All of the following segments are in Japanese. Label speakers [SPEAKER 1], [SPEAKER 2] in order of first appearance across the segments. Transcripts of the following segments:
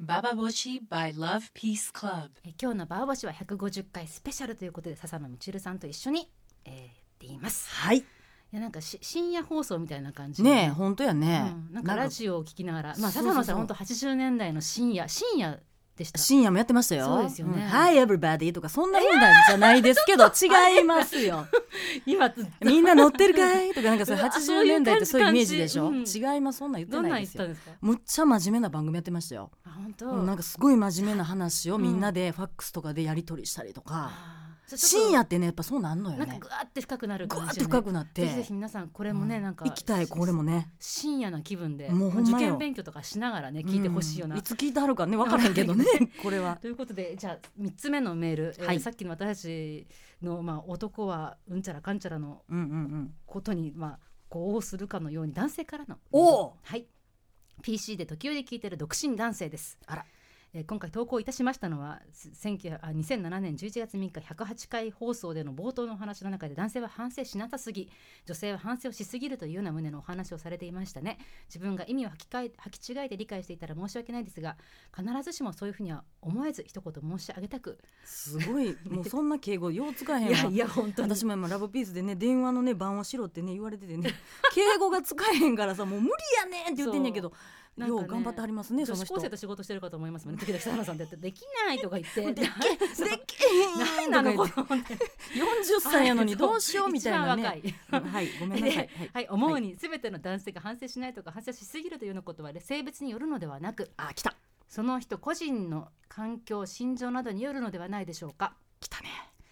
[SPEAKER 1] Bababoshi by Love Peace Club.
[SPEAKER 2] えー今日のバーバシは150回スペシャルということで笹野みちるさんと一緒に、えーやっています
[SPEAKER 3] はい
[SPEAKER 2] いやなんかし深夜放送みたいな感じで
[SPEAKER 3] ねえ本当やね、
[SPEAKER 2] うんなんかラジオを聞きながらまあ
[SPEAKER 3] そ
[SPEAKER 2] 笹
[SPEAKER 3] うそうそう
[SPEAKER 2] 野さん本当80年代の深夜深夜でした
[SPEAKER 3] 深夜もやってましたよ
[SPEAKER 2] そうですよね
[SPEAKER 3] ん Hi everybody とかそんなもんなんじゃないで すけど違いますよ
[SPEAKER 2] 今
[SPEAKER 3] みんな乗ってるかいとかなんか そう
[SPEAKER 2] うわ
[SPEAKER 3] 80年代ってそういうイメージでしょ、
[SPEAKER 2] そういう感じ
[SPEAKER 3] 違いますそ んなん言って
[SPEAKER 2] どん
[SPEAKER 3] な
[SPEAKER 2] ないん言っ
[SPEAKER 3] です
[SPEAKER 2] てた
[SPEAKER 3] よ
[SPEAKER 2] んですか
[SPEAKER 3] むっちゃ真面目な番組やってましたよ、
[SPEAKER 2] あ本当、
[SPEAKER 3] うんなんかすごい真面目な話をみんなでファックスとかでやり取りしたりとか、
[SPEAKER 2] あーそれちょっと
[SPEAKER 3] 深夜ってねやっぱそうなんのよ
[SPEAKER 2] なんか
[SPEAKER 3] ね
[SPEAKER 2] ぐわって深くなる
[SPEAKER 3] ぐわ
[SPEAKER 2] 感
[SPEAKER 3] っ
[SPEAKER 2] じ
[SPEAKER 3] て深くなって
[SPEAKER 2] ぜひぜひ皆さんこれもね、
[SPEAKER 3] うん
[SPEAKER 2] なんか
[SPEAKER 3] 行きたいこれもね
[SPEAKER 2] 深夜な気分で
[SPEAKER 3] もうほんまよ
[SPEAKER 2] 受験勉強とかしながらね聞いてほしいような、
[SPEAKER 3] うんいつ聞いてはるかね分からへんけ どねこれは
[SPEAKER 2] ということでじゃあ三つ目のメール、えー
[SPEAKER 3] はい
[SPEAKER 2] さっきの私たちの、まあ、男はうんちゃらかんちゃらの
[SPEAKER 3] うんうんうん
[SPEAKER 2] ことに、まあ、こう応するかのように男性からの
[SPEAKER 3] おう
[SPEAKER 2] はい PC で時折聞いてる独身男性です
[SPEAKER 3] あら
[SPEAKER 2] えー今回投稿いたしましたのはす19あ2007年11月3日108回放送での冒頭のお話の中で男性は反省しなさすぎ女性は反省をしすぎるというような旨のお話をされていましたね自分が意味を吐きかえ吐き違えて理解していたら申し訳ないですが必ずしもそういうふうには思えず一言申し上げたく
[SPEAKER 3] す ごいもうそんな敬語よう使えへんわ
[SPEAKER 2] や本当
[SPEAKER 3] 私も今ラブピースでね電話のね番をしろってね言われててね 敬語が使えへんからさもう無理やねんって言ってんねんけど
[SPEAKER 2] そう
[SPEAKER 3] よ
[SPEAKER 2] なんか
[SPEAKER 3] う
[SPEAKER 2] ね
[SPEAKER 3] 頑張ってはりますねそ
[SPEAKER 2] 女
[SPEAKER 3] の
[SPEAKER 2] 子
[SPEAKER 3] 人
[SPEAKER 2] 高生と仕事してるかと思いますもんね時々サラさんだってできないとか言って で
[SPEAKER 3] できへん
[SPEAKER 2] なの
[SPEAKER 3] と
[SPEAKER 2] こ
[SPEAKER 3] か言って40歳やの にどうしようみたいな
[SPEAKER 2] 一番
[SPEAKER 3] ね
[SPEAKER 2] 若い
[SPEAKER 3] うんはいごめんなさいはい
[SPEAKER 2] はい、思うに全ての男性が反省しないとか反省しすぎるというようなことは性別によるのではなく
[SPEAKER 3] あ来た
[SPEAKER 2] その人個人の環境心情などによるのではないでしょうか
[SPEAKER 3] 来たね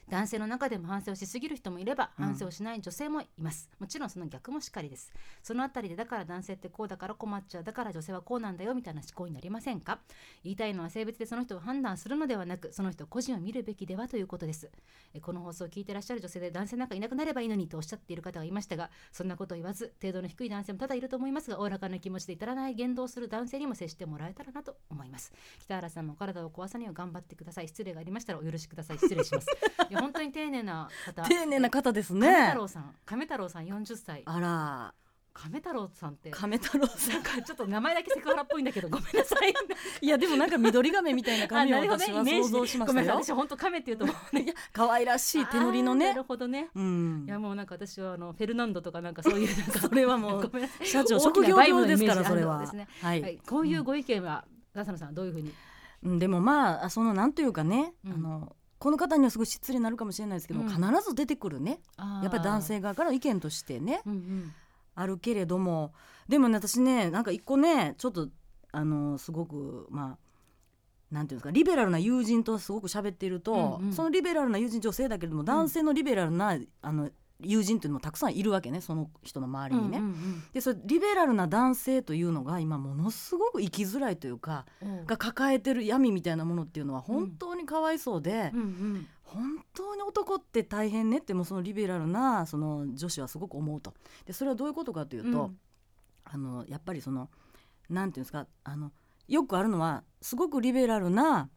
[SPEAKER 2] 男性の中でも反省をしすぎる人もいれば
[SPEAKER 3] うん
[SPEAKER 2] 反省をしない女性もいます、もちろんその逆もしっかりですそのあたりでだから男性ってこうだから困っちゃうだから女性はこうなんだよみたいな思考になりませんか言いたいのは性別でその人を判断するのではなくその人個人を見るべきではということですえこの放送を聞いてらっしゃる女性で男性なんかいなくなればいいのにとおっしゃっている方がいましたがそんなことを言わず程度の低い男性もただいると思いますがおおらかな気持ちで至らない言動をする男性にも接してもらえたらなと思います北原さんもお体を壊さないよう頑張ってください失礼がありましたらお許しください失礼しますいや本当に丁寧な方
[SPEAKER 3] 丁寧な方です
[SPEAKER 2] 亀
[SPEAKER 3] ね
[SPEAKER 2] 太郎さん亀太郎さん40歳
[SPEAKER 3] あら
[SPEAKER 2] 亀太郎さんって
[SPEAKER 3] 亀太郎さん
[SPEAKER 2] なんかちょっと名前だけセクハラっぽいんだけどごめんなさ い
[SPEAKER 3] いやでもなんか緑亀みたい な
[SPEAKER 2] あ
[SPEAKER 3] 髪を
[SPEAKER 2] なるほど
[SPEAKER 3] 私
[SPEAKER 2] ね
[SPEAKER 3] は
[SPEAKER 2] イメー
[SPEAKER 3] 想
[SPEAKER 2] ジ
[SPEAKER 3] 像しま
[SPEAKER 2] ご
[SPEAKER 3] し
[SPEAKER 2] め
[SPEAKER 3] た
[SPEAKER 2] んなさい私
[SPEAKER 3] よ
[SPEAKER 2] 本当亀って言うと思うね
[SPEAKER 3] 可愛らしい手乗りの
[SPEAKER 2] あーな
[SPEAKER 3] ね
[SPEAKER 2] るほどね
[SPEAKER 3] うん
[SPEAKER 2] いやもうなんか私はあのフェルナンドとかなんかそう いうなんか
[SPEAKER 3] それはも
[SPEAKER 2] ご
[SPEAKER 3] う
[SPEAKER 2] めんなさい
[SPEAKER 3] 社長
[SPEAKER 2] 大きな
[SPEAKER 3] 職業
[SPEAKER 2] バイブ
[SPEAKER 3] 病
[SPEAKER 2] のイメ
[SPEAKER 3] で
[SPEAKER 2] ー
[SPEAKER 3] す
[SPEAKER 2] ジ
[SPEAKER 3] からそれ
[SPEAKER 2] ある
[SPEAKER 3] は
[SPEAKER 2] んですね
[SPEAKER 3] はい
[SPEAKER 2] はい、こういうご意見は笹野さんどういうふうに、
[SPEAKER 3] うんでもまあそのなんというかね、
[SPEAKER 2] うん
[SPEAKER 3] あのこの方にはすごい失礼になるかもしれないですけど、
[SPEAKER 2] うん
[SPEAKER 3] 必ず出てくるねやっぱり男、性側からの意見としてね
[SPEAKER 2] うんうん、
[SPEAKER 3] あるけれどもでもね私ねなんか一個ねちょっとあのすごくまあなんていうんですかリベラルな友人とすごく喋っていると、
[SPEAKER 2] うんうん
[SPEAKER 3] そのリベラルな友人女性だけれども男性のリベラルな、あの友人っていうのもたくさんいるわけねその人の周りにね。
[SPEAKER 2] うん
[SPEAKER 3] でそれリベラルな男性というのが今ものすごく生きづらいというか、
[SPEAKER 2] うんうん、
[SPEAKER 3] が抱えてる闇みたいなものっていうのは本当にかわいそうで、
[SPEAKER 2] うんうん、
[SPEAKER 3] 本当に男って大変ねってもうそのリベラルなその女子はすごく思うとでそれはどういうことかという
[SPEAKER 2] う
[SPEAKER 3] と、
[SPEAKER 2] ん
[SPEAKER 3] あのやっぱりそのなんていうんですかあのよくあるのはすごくリベラルな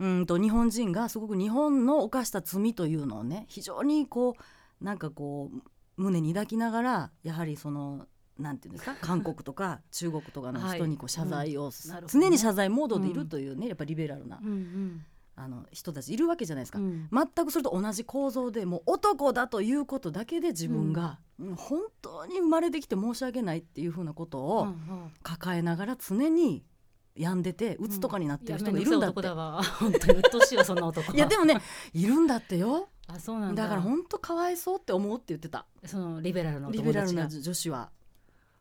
[SPEAKER 3] うんと日本人がすごく日本の犯した罪というのをね非常にこうなんかこう胸に抱きながらやはりそのなんていう んですか韓国とか中国とかの人にこう謝罪を、
[SPEAKER 2] なるほどね
[SPEAKER 3] 常に謝罪モードで
[SPEAKER 2] う
[SPEAKER 3] い
[SPEAKER 2] ん
[SPEAKER 3] るというね、やっぱリベラルな、
[SPEAKER 2] うんうん
[SPEAKER 3] あの人たちいるわけじゃないです
[SPEAKER 2] う
[SPEAKER 3] か。
[SPEAKER 2] ん
[SPEAKER 3] 全くそれと同じ構造でもう男だということだけで自分が、うん本当に生まれてきて申し訳ないっていうふうなこと
[SPEAKER 2] う
[SPEAKER 3] を
[SPEAKER 2] ん
[SPEAKER 3] 抱えながら常に病んでて鬱とかになってる人もいるんだって、
[SPEAKER 2] やめろうぜ男だわ本当に鬱陶しいわそんな男
[SPEAKER 3] い やでもね いるんだってよ
[SPEAKER 2] あそうなんだ
[SPEAKER 3] だから本当かわいそうって思うって言ってた
[SPEAKER 2] そのリベラルのお
[SPEAKER 3] リ
[SPEAKER 2] 友
[SPEAKER 3] ベラル
[SPEAKER 2] 達が
[SPEAKER 3] な女子は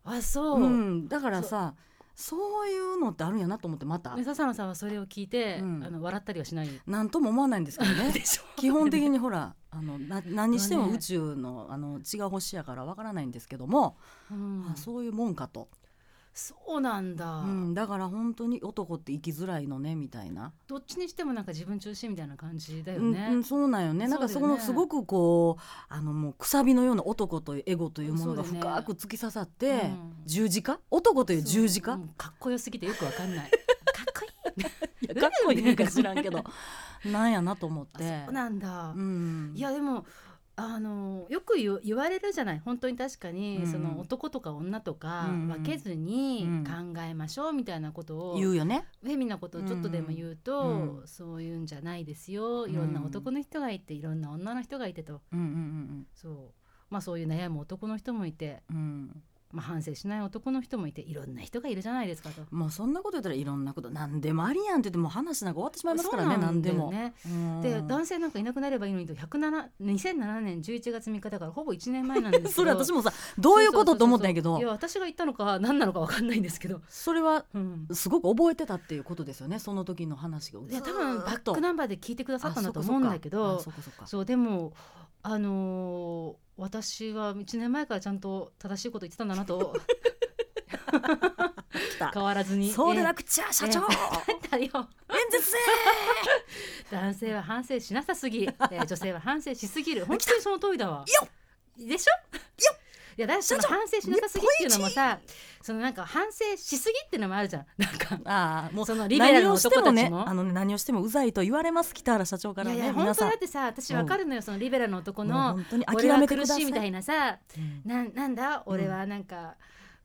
[SPEAKER 2] あそうう、
[SPEAKER 3] んだからさそういうのってあるんやなと思ってまた
[SPEAKER 2] で笹野さんはそれを聞いて、
[SPEAKER 3] うん
[SPEAKER 2] あの笑ったりはしない
[SPEAKER 3] なんとも思わ ないんですけどね 基本的にほらあのな何にしても宇宙のあの違う星やからわからないんですけども、
[SPEAKER 2] うん
[SPEAKER 3] あそういうもんかと
[SPEAKER 2] そうなんだ、
[SPEAKER 3] うん、だから本当に男って生きづらいのねみたいな、
[SPEAKER 2] どっちにしてもなんか自分中心みたいな感じだよ
[SPEAKER 3] うん
[SPEAKER 2] ね、
[SPEAKER 3] うんそうなんよねなんか
[SPEAKER 2] そ
[SPEAKER 3] そう
[SPEAKER 2] だ
[SPEAKER 3] こ
[SPEAKER 2] よね
[SPEAKER 3] のすごくこうあのもうくさびのような男というエゴというものが
[SPEAKER 2] そうだよね
[SPEAKER 3] 深く突き刺さって、
[SPEAKER 2] うん
[SPEAKER 3] 十字架男という十字
[SPEAKER 2] そ
[SPEAKER 3] 架
[SPEAKER 2] うもうかっこよすぎてよくわかんないかっこいい
[SPEAKER 3] いやかっ こいいなんか知らんけどなんやなと思って
[SPEAKER 2] あそうなんだ、
[SPEAKER 3] うん、
[SPEAKER 2] いやでもあのよく言う言われるじゃない本当に確かに、
[SPEAKER 3] うん
[SPEAKER 2] その男とか女とか
[SPEAKER 3] うん
[SPEAKER 2] 分けずに
[SPEAKER 3] うん
[SPEAKER 2] 考えましょうみたいなことを、
[SPEAKER 3] 言うよね。
[SPEAKER 2] フェミなことをちょっとでも言うと、
[SPEAKER 3] うんうん
[SPEAKER 2] そういうんじゃないですよ、
[SPEAKER 3] ん
[SPEAKER 2] いろんな男の人がいていろんな女の人がいてと
[SPEAKER 3] うんうん
[SPEAKER 2] そう,、まあ、そういう悩む男の人もいて、
[SPEAKER 3] うんうん。
[SPEAKER 2] まあ、反省しない男の人もいていろんな人がいるじゃないですかと。
[SPEAKER 3] もうそんなこと言ったらいろんなこと何でもありやんって言ってもう話なんか終わってしまいますからね
[SPEAKER 2] そうなん
[SPEAKER 3] 何
[SPEAKER 2] だ
[SPEAKER 3] で
[SPEAKER 2] よ
[SPEAKER 3] も。
[SPEAKER 2] ね
[SPEAKER 3] うん
[SPEAKER 2] で男性なんかいなくなればいいのにと107 2007年11月3日だからほぼ1年前なんですけど
[SPEAKER 3] それ私もさどういうことと思ったんやけ
[SPEAKER 2] いや
[SPEAKER 3] ど
[SPEAKER 2] 私が言ったのか何なのか分かんないんですけど、
[SPEAKER 3] それは
[SPEAKER 2] うん、
[SPEAKER 3] すごく覚えてたっていうことですよねその時の話を
[SPEAKER 2] いや多分バックナンバーで聞いてくださったんだと
[SPEAKER 3] あ
[SPEAKER 2] 思うんだけど
[SPEAKER 3] そっかそっかあそっかそっか
[SPEAKER 2] そうでもあのー私は1年前からちゃんと正しいこと言ってたんだなと
[SPEAKER 3] 来た
[SPEAKER 2] 変わらずに
[SPEAKER 3] そうでな
[SPEAKER 2] く
[SPEAKER 3] くちゃ社長
[SPEAKER 2] え たよ
[SPEAKER 3] 演説せ
[SPEAKER 2] 男性は反省しなさす ぎ、えー女性は反省しすぎる本当にその通りだわでしょいやだその反省しなさすぎっていうのもさそのなんか反省しすぎっていうのもあるじゃんなんか
[SPEAKER 3] ああもう
[SPEAKER 2] そのリベラル
[SPEAKER 3] 何
[SPEAKER 2] の
[SPEAKER 3] をして
[SPEAKER 2] 男た
[SPEAKER 3] も
[SPEAKER 2] ち
[SPEAKER 3] ね
[SPEAKER 2] も
[SPEAKER 3] あのね何をしてもうざいと言われます北原社長から
[SPEAKER 2] いやい
[SPEAKER 3] ね
[SPEAKER 2] や本
[SPEAKER 3] 皆
[SPEAKER 2] 当
[SPEAKER 3] さん
[SPEAKER 2] だってさ私わかるのよそのリベラルの男
[SPEAKER 3] もう
[SPEAKER 2] の
[SPEAKER 3] 本当に
[SPEAKER 2] 俺は
[SPEAKER 3] 諦めてく
[SPEAKER 2] 苦
[SPEAKER 3] ださ
[SPEAKER 2] しい
[SPEAKER 3] い
[SPEAKER 2] みたいなさ
[SPEAKER 3] うん
[SPEAKER 2] なんなんだ
[SPEAKER 3] うん
[SPEAKER 2] 俺はなんか、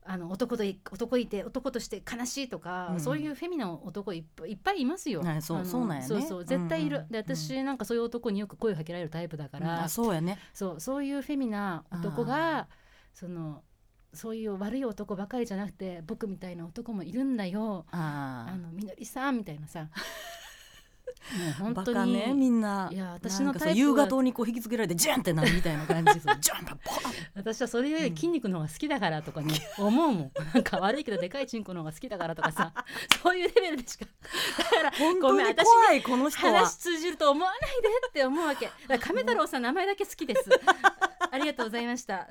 [SPEAKER 2] あの男とい男いて男として悲しいとか、
[SPEAKER 3] うん
[SPEAKER 2] そういうフェミの男いっぱいいっぱいいますよ。
[SPEAKER 3] ねそう
[SPEAKER 2] あの
[SPEAKER 3] そうなんやね
[SPEAKER 2] そうそう絶対いる。
[SPEAKER 3] うんうん
[SPEAKER 2] で私なんかそういう男によく声をかけられるタイプだか
[SPEAKER 3] うん
[SPEAKER 2] ら、
[SPEAKER 3] あそうやね
[SPEAKER 2] そうそういうフェミな男
[SPEAKER 3] あ
[SPEAKER 2] がそのそういう悪い男ばかりじゃなくて僕みたいな男もいるんだよ。
[SPEAKER 3] あ
[SPEAKER 2] あ
[SPEAKER 3] あ
[SPEAKER 2] のみのりさんみたいな さ。もう本
[SPEAKER 3] バ
[SPEAKER 2] 当
[SPEAKER 3] カ
[SPEAKER 2] に、
[SPEAKER 3] ねみんない
[SPEAKER 2] や私
[SPEAKER 3] な
[SPEAKER 2] の
[SPEAKER 3] んかそ
[SPEAKER 2] タ
[SPEAKER 3] う
[SPEAKER 2] イプ
[SPEAKER 3] 優
[SPEAKER 2] は
[SPEAKER 3] 雅党にこう引き付けられてジュンってなるみたいな感じですよジュンパポン
[SPEAKER 2] 私はそれより筋肉の方が好きだからとかね、思うも んなんか悪いけどでかいチンコの方が好きだからとかさそういうレベルでしかだから
[SPEAKER 3] 本
[SPEAKER 2] ご
[SPEAKER 3] 当
[SPEAKER 2] めん
[SPEAKER 3] に
[SPEAKER 2] 私
[SPEAKER 3] 怖いこの人は
[SPEAKER 2] 話通じると思わないでって思う わけだから亀太郎さん名前だけ好きですありがとうございました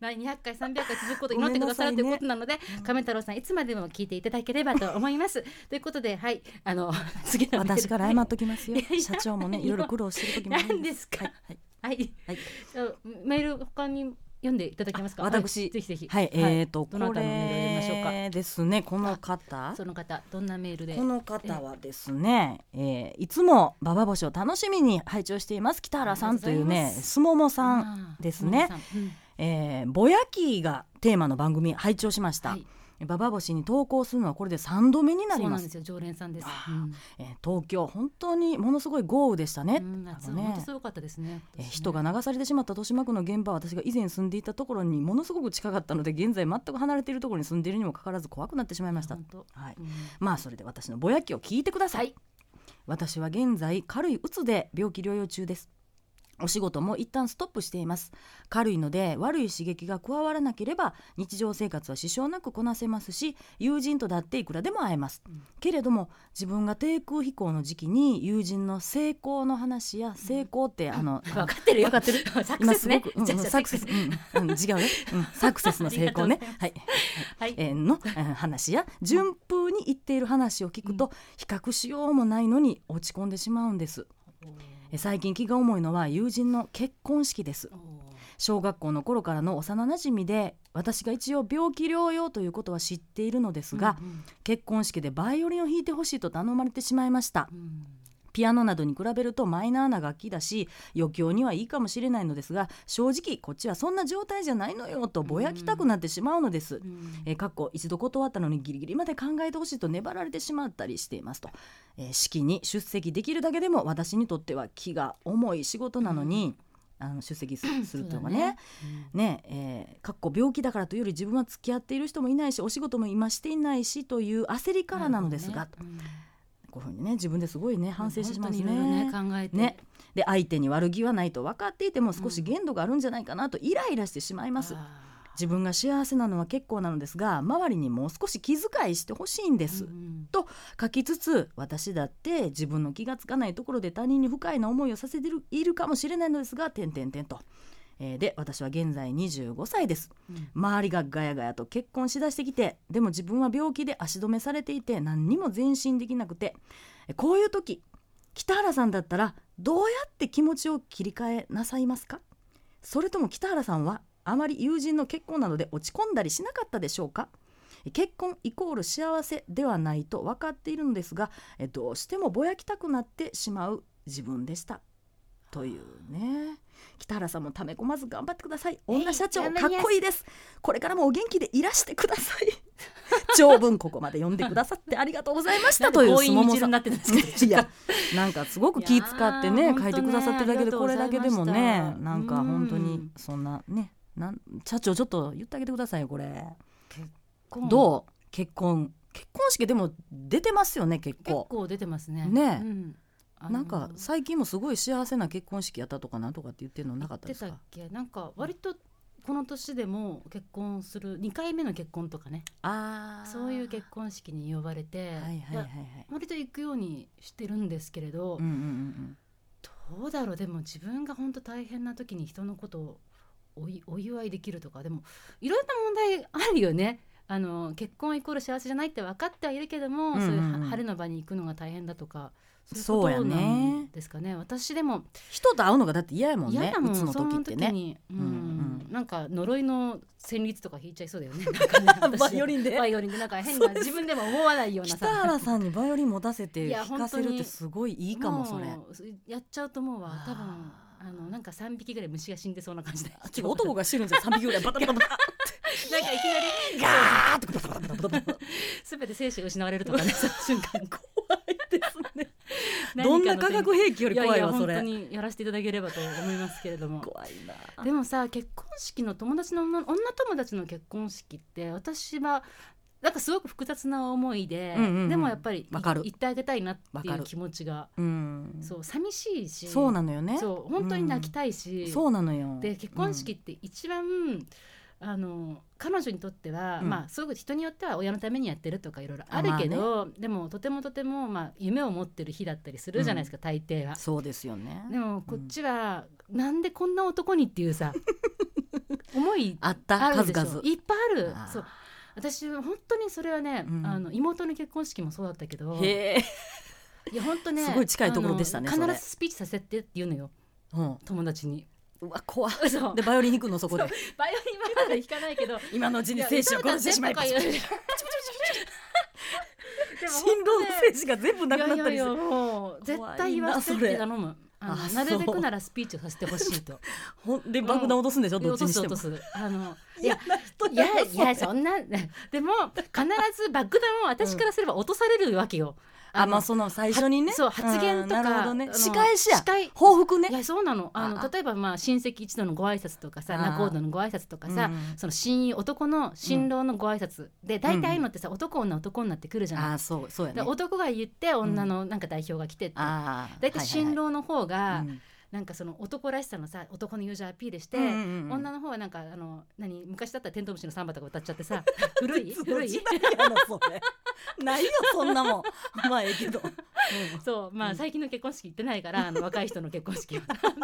[SPEAKER 2] まあ200回300回続くことを祈ってくださる
[SPEAKER 3] ご
[SPEAKER 2] と
[SPEAKER 3] め
[SPEAKER 2] い
[SPEAKER 3] ん
[SPEAKER 2] うこ
[SPEAKER 3] なさいね
[SPEAKER 2] となので、亀太郎さんいつまでも聞いていただければと思いますということではいあ の次のメール
[SPEAKER 3] 私から謝っときますよ
[SPEAKER 2] いやいや
[SPEAKER 3] 社長もね
[SPEAKER 2] いや
[SPEAKER 3] いろいろ苦労してる時もある
[SPEAKER 2] 何ですか
[SPEAKER 3] はい
[SPEAKER 2] は
[SPEAKER 3] はい
[SPEAKER 2] い、
[SPEAKER 3] はい
[SPEAKER 2] じゃあメール他に読んでいただけますか
[SPEAKER 3] あ私
[SPEAKER 2] はいぜひぜひ
[SPEAKER 3] はい、えーと
[SPEAKER 2] どな
[SPEAKER 3] こ
[SPEAKER 2] たのメールを読みましょうか
[SPEAKER 3] れですねこの方
[SPEAKER 2] その方どんなメールで
[SPEAKER 3] この方はですね、えーいつもババ星を楽しみに拝聴しています北原さんとい
[SPEAKER 2] ありが
[SPEAKER 3] う
[SPEAKER 2] とうご
[SPEAKER 3] ね
[SPEAKER 2] ざいます
[SPEAKER 3] すももさん、
[SPEAKER 2] あー
[SPEAKER 3] ですね
[SPEAKER 2] 小野さんうん
[SPEAKER 3] えーぼやきがテーマの番組拝聴しました、
[SPEAKER 2] はい
[SPEAKER 3] ババ星に投稿するのはこれで3度目にな
[SPEAKER 2] そ
[SPEAKER 3] り
[SPEAKER 2] うな
[SPEAKER 3] ま
[SPEAKER 2] んですすよ常連さんです。う
[SPEAKER 3] あー
[SPEAKER 2] ん
[SPEAKER 3] えー東京本当にものすごい豪雨でしたね、
[SPEAKER 2] うん夏
[SPEAKER 3] あ
[SPEAKER 2] は
[SPEAKER 3] のね
[SPEAKER 2] 本当すごかったですね。
[SPEAKER 3] えー人が流されてしまった豊島区の現場は私が以前住んでいたところにものすごく近かったので現在全く離れているところに住んでいるにもかかわらず怖くなってしまいました
[SPEAKER 2] 本、当。
[SPEAKER 3] はい、
[SPEAKER 2] うん
[SPEAKER 3] まあそれで私のぼやきを聞いてください、
[SPEAKER 2] はい
[SPEAKER 3] 私は現在軽い鬱で病気療養中ですお仕事も一旦ストップしています軽いので悪い刺激が加わらなければ日常生活は支障なくこなせますし友人とだっていくらでも会えます、
[SPEAKER 2] うん
[SPEAKER 3] けれども自分が低空飛行の時期に友人の成功の話や成功って、あ の
[SPEAKER 2] 分かってるよ。
[SPEAKER 3] 分かってる
[SPEAKER 2] サク
[SPEAKER 3] 今
[SPEAKER 2] セ
[SPEAKER 3] す
[SPEAKER 2] ス
[SPEAKER 3] ご
[SPEAKER 2] ね
[SPEAKER 3] く、。うん
[SPEAKER 2] じゃあじゃあ
[SPEAKER 3] サクセス、。うんうん、違うよ、 うん、サクセスの成功ねはい
[SPEAKER 2] はい。
[SPEAKER 3] えーのえー話や順風に言っている話を聞くと比較しようもないのに落ち込んでしまうんですえー最近気が重いのは友人の結婚式です
[SPEAKER 2] おー
[SPEAKER 3] 小学校の頃からの幼なじみで私が一応病気療養ということは知っているのですが、
[SPEAKER 2] うん
[SPEAKER 3] 結婚式でバイオリンを弾いてほしいと頼まれてしまいました
[SPEAKER 2] うん
[SPEAKER 3] ピアノなどに比べるとマイナーな楽器だし余興にはいいかもしれないのですが正直こっちはそんな状態じゃないのよとぼやきたくなってしまうのです
[SPEAKER 2] う、ん
[SPEAKER 3] えー、かっこ一度断ったのにギリギリまで考えてほしいと粘られてしまったりしていますと、えー式に出席できるだけでも私にとっては気が重い仕事なのに、あの出席すするとかねねえーかっこ病気だからというより自分は付き合っている人もいないしお仕事も今していないしという焦りからなのですが、。
[SPEAKER 2] うん
[SPEAKER 3] こういうふうにね自分ですごいね反省してしまうんです
[SPEAKER 2] 本当にいろい
[SPEAKER 3] ね。
[SPEAKER 2] ろね考えて。
[SPEAKER 3] ね、で相手に悪気はないと分かっていても少し限度があるんじゃないかなとイライラしてしまいます。
[SPEAKER 2] あー
[SPEAKER 3] 自分が幸せなのは結構なのですが周りにもう少し気遣いしてほしいんです、
[SPEAKER 2] うん
[SPEAKER 3] 書きつつ私だって自分の気がつかないところで他人に不快な思いをさせているいるかもしれないのですが点点点と、えーで私は現在25歳です
[SPEAKER 2] うん
[SPEAKER 3] 周りがガヤガヤと結婚しだしてきてでも自分は病気で足止めされていて何にも前進できなくてえこういう時北原さんだったらどうやって気持ちを切り替えなさいますかそれとも北原さんはあまり友人の結婚などで落ち込んだりしなかったでしょうかえ結婚イコール幸せではないと分かっているのですがえどうしてもぼやきたくなってしまう自分でしたというね北原さんもため込まず頑張ってください女社長かっこいいですこれからもお元気でいらしてください長文ここまで読んでくださってありがとうございましたという
[SPEAKER 2] 強
[SPEAKER 3] す
[SPEAKER 2] 引
[SPEAKER 3] も
[SPEAKER 2] に
[SPEAKER 3] も
[SPEAKER 2] 一
[SPEAKER 3] さ
[SPEAKER 2] 流に
[SPEAKER 3] ん
[SPEAKER 2] なってるんですけど
[SPEAKER 3] いやなんかすごく気使って
[SPEAKER 2] いや
[SPEAKER 3] ね
[SPEAKER 2] ー
[SPEAKER 3] 書いてくださってるだけでこ
[SPEAKER 2] 本当ね
[SPEAKER 3] れだけでも
[SPEAKER 2] ありがとうご
[SPEAKER 3] ね
[SPEAKER 2] ざいました
[SPEAKER 3] なんか本当
[SPEAKER 2] う
[SPEAKER 3] に
[SPEAKER 2] ん
[SPEAKER 3] そんなねなん社長ちょっと言ってあげてくださいよこれ、
[SPEAKER 2] うん
[SPEAKER 3] どう結婚結婚式でも出てますよね結
[SPEAKER 2] 結
[SPEAKER 3] 構
[SPEAKER 2] 構出てますね
[SPEAKER 3] ね
[SPEAKER 2] うんあの
[SPEAKER 3] なんか最近もすごい幸せな結婚式やったとかなんとかって言ってるのなかった
[SPEAKER 2] 言
[SPEAKER 3] で
[SPEAKER 2] っ
[SPEAKER 3] す
[SPEAKER 2] てた
[SPEAKER 3] か
[SPEAKER 2] っけなんか割とこの年でも結婚する2回目の結婚とかね
[SPEAKER 3] あー
[SPEAKER 2] そういう結婚式に呼ばれて、
[SPEAKER 3] はいはいはいはい
[SPEAKER 2] 割と行くようにしてるんですけれど、
[SPEAKER 3] うんうんうん
[SPEAKER 2] どうだろうでも自分が本当大変な時に人のことをおいお祝いできるとかでもいろんな問題あるよねあの結婚イコール幸せじゃないって分かってはいるけども、
[SPEAKER 3] うんうんうん
[SPEAKER 2] そういうは春の場に行くのが大変だとか
[SPEAKER 3] そうや
[SPEAKER 2] そうい
[SPEAKER 3] ね
[SPEAKER 2] うことなんですかね私でも
[SPEAKER 3] 人と会うのがだって嫌やもん
[SPEAKER 2] 嫌
[SPEAKER 3] ね
[SPEAKER 2] だもん、
[SPEAKER 3] うつの
[SPEAKER 2] そ
[SPEAKER 3] 時っ
[SPEAKER 2] の
[SPEAKER 3] て
[SPEAKER 2] 時
[SPEAKER 3] ね
[SPEAKER 2] に、うん
[SPEAKER 3] うん
[SPEAKER 2] なんか呪いの旋律とか弾いちゃいそうだ よねなんかね私
[SPEAKER 3] バイオリンで
[SPEAKER 2] バイオリンでなんか変な自分でも思わないような
[SPEAKER 3] 北原さ
[SPEAKER 2] ん
[SPEAKER 3] んにバイオリン持たせて
[SPEAKER 2] いや
[SPEAKER 3] 弾かせるっ
[SPEAKER 2] 本当に
[SPEAKER 3] てすごいいいかもそれ
[SPEAKER 2] やっちゃうと思うわ多分
[SPEAKER 3] あー
[SPEAKER 2] あのなんか3匹ぐらい虫が死んでそうな感じで
[SPEAKER 3] 今日男が知るんじゃん3匹ぐら いバタバタバタ
[SPEAKER 2] なんかいきなり
[SPEAKER 3] ガーッとバタバタバタバタ
[SPEAKER 2] すべて精子が失われるとかね、その瞬間怖いです ね。
[SPEAKER 3] どんな化学兵器より怖いわそ
[SPEAKER 2] や
[SPEAKER 3] れ
[SPEAKER 2] いや本当にやらせていただければと思いますけれども。
[SPEAKER 3] 怖いな
[SPEAKER 2] でもさ結婚式の友達の女女友達の結婚式って私はなんかすごく複雑な思いで、
[SPEAKER 3] うんうんうん
[SPEAKER 2] でもやっぱり
[SPEAKER 3] わかる
[SPEAKER 2] 言ってあげたいなっ
[SPEAKER 3] わ
[SPEAKER 2] て
[SPEAKER 3] か
[SPEAKER 2] いう
[SPEAKER 3] る
[SPEAKER 2] 気持ちが、
[SPEAKER 3] うん
[SPEAKER 2] そう寂しいし、
[SPEAKER 3] そうなのよね
[SPEAKER 2] そう本当に泣きたいし、
[SPEAKER 3] そうなのよ
[SPEAKER 2] で結婚式って一番、あの彼女にとっては、
[SPEAKER 3] うん
[SPEAKER 2] まあすごく人によっては親のためにやってるとかいろいろあるけど、でもとてもとても、まあ、夢を持ってる日だったりするじゃないですか、大抵
[SPEAKER 3] う
[SPEAKER 2] は
[SPEAKER 3] ん。そうですよね
[SPEAKER 2] でもこっちは、なんでこんな男にっていう さ思い
[SPEAKER 3] あった
[SPEAKER 2] あるで
[SPEAKER 3] 数
[SPEAKER 2] しょ
[SPEAKER 3] 々
[SPEAKER 2] いっぱいある
[SPEAKER 3] あー
[SPEAKER 2] そう私本当にそれはね、
[SPEAKER 3] うん
[SPEAKER 2] あの妹の結婚式もそうだったけど
[SPEAKER 3] へえ
[SPEAKER 2] いや本当ね
[SPEAKER 3] すごい近いところでしたね
[SPEAKER 2] あの
[SPEAKER 3] それ
[SPEAKER 2] 必ずスピーチさせてって言うのよ
[SPEAKER 3] うん
[SPEAKER 2] 友達 に。
[SPEAKER 3] うわ怖い
[SPEAKER 2] 嘘
[SPEAKER 3] でバイオリン弾くのそこで
[SPEAKER 2] バイオリンはまだ弾かないけ ど
[SPEAKER 3] 今のうちに精子を殺してしまえば
[SPEAKER 2] い
[SPEAKER 3] 心
[SPEAKER 2] や歌歌ってとか 言う
[SPEAKER 3] 臓の精子が全部なくなったり
[SPEAKER 2] い
[SPEAKER 3] す
[SPEAKER 2] やいやい
[SPEAKER 3] る
[SPEAKER 2] やもう絶対言わせてって頼むあ
[SPEAKER 3] あ
[SPEAKER 2] のなるべ
[SPEAKER 3] そう
[SPEAKER 2] くならスピーチをさせてほしいと
[SPEAKER 3] ほんで爆弾落とすんでしょどっちにしても
[SPEAKER 2] 落とす落とすあのい
[SPEAKER 3] 嫌
[SPEAKER 2] や
[SPEAKER 3] な人
[SPEAKER 2] い
[SPEAKER 3] や
[SPEAKER 2] やいやそんな でも必ず爆弾を私からすれば落とされるわけよ、
[SPEAKER 3] あまあ
[SPEAKER 2] の
[SPEAKER 3] その最初にね
[SPEAKER 2] はそう発言と
[SPEAKER 3] うんなるほ
[SPEAKER 2] か、
[SPEAKER 3] どね
[SPEAKER 2] あの
[SPEAKER 3] 仕返しや
[SPEAKER 2] 仕返
[SPEAKER 3] 報復ね
[SPEAKER 2] いやそうなのあの
[SPEAKER 3] ああ
[SPEAKER 2] 例えばまあ親戚一同のご挨拶とかさ
[SPEAKER 3] ああ
[SPEAKER 2] 仲人のご挨拶とかさ、
[SPEAKER 3] うん
[SPEAKER 2] その親友男の新郎のご挨拶で大体ああいうのってさ、男女男女ってくるじゃ
[SPEAKER 3] あ
[SPEAKER 2] ない
[SPEAKER 3] あそうそうや
[SPEAKER 2] で
[SPEAKER 3] ね
[SPEAKER 2] 男が言って女のなんか代表が来てって、
[SPEAKER 3] ああ
[SPEAKER 2] 大体新郎の方
[SPEAKER 3] は
[SPEAKER 2] が
[SPEAKER 3] いはいはい
[SPEAKER 2] なんかその男らしさのさ男の友情アピールして、
[SPEAKER 3] うんうんうんうん
[SPEAKER 2] 女の方はなんかあの何昔だったらテントウムシのサンバとか歌っちゃって さ古い
[SPEAKER 3] その
[SPEAKER 2] 古い
[SPEAKER 3] 時代やなそれ ないよそんなもんまあええけど、うん
[SPEAKER 2] そうま
[SPEAKER 3] う
[SPEAKER 2] あ
[SPEAKER 3] ん
[SPEAKER 2] 最近の結婚式行ってないからあの若い人の結婚 式は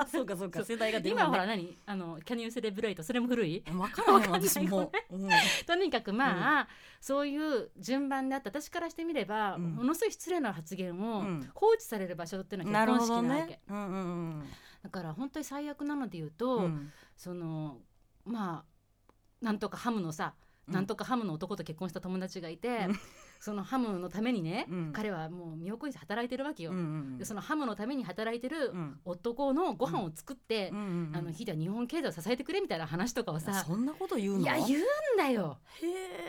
[SPEAKER 3] そうかそうか
[SPEAKER 2] そう
[SPEAKER 3] 世代が出る
[SPEAKER 2] 今はほ
[SPEAKER 3] わ
[SPEAKER 2] ら何あのキャニオンセレブレイトそれも古 い
[SPEAKER 3] 分からへん
[SPEAKER 2] わかんない
[SPEAKER 3] 私もう、うん
[SPEAKER 2] とにかくまあ、そういう順番であった私からしてみれば、
[SPEAKER 3] うん
[SPEAKER 2] ものすごい失礼な発言を
[SPEAKER 3] うん
[SPEAKER 2] 放置される場所っていうのは
[SPEAKER 3] なる
[SPEAKER 2] 結
[SPEAKER 3] ほ
[SPEAKER 2] 婚式
[SPEAKER 3] ど
[SPEAKER 2] なわけ、
[SPEAKER 3] ねうんうん
[SPEAKER 2] だから本当に最悪なので言うと、
[SPEAKER 3] うんうん
[SPEAKER 2] そのまあなんとかハムのさ、
[SPEAKER 3] うん
[SPEAKER 2] なんとかハムの男と結婚した友達がいて、
[SPEAKER 3] うん
[SPEAKER 2] そのハムのためにね、
[SPEAKER 3] うん
[SPEAKER 2] 彼はもう身を粉にして働いてるわけよ、
[SPEAKER 3] うんうん
[SPEAKER 2] でそのハムのために働いてる
[SPEAKER 3] うん
[SPEAKER 2] 男のご飯を作って、
[SPEAKER 3] うんうんうん
[SPEAKER 2] あの日では日本経済を支えてくれみたいな話とかをさ
[SPEAKER 3] そんなこと言うの
[SPEAKER 2] いや言うんだよ
[SPEAKER 3] へ
[SPEAKER 2] で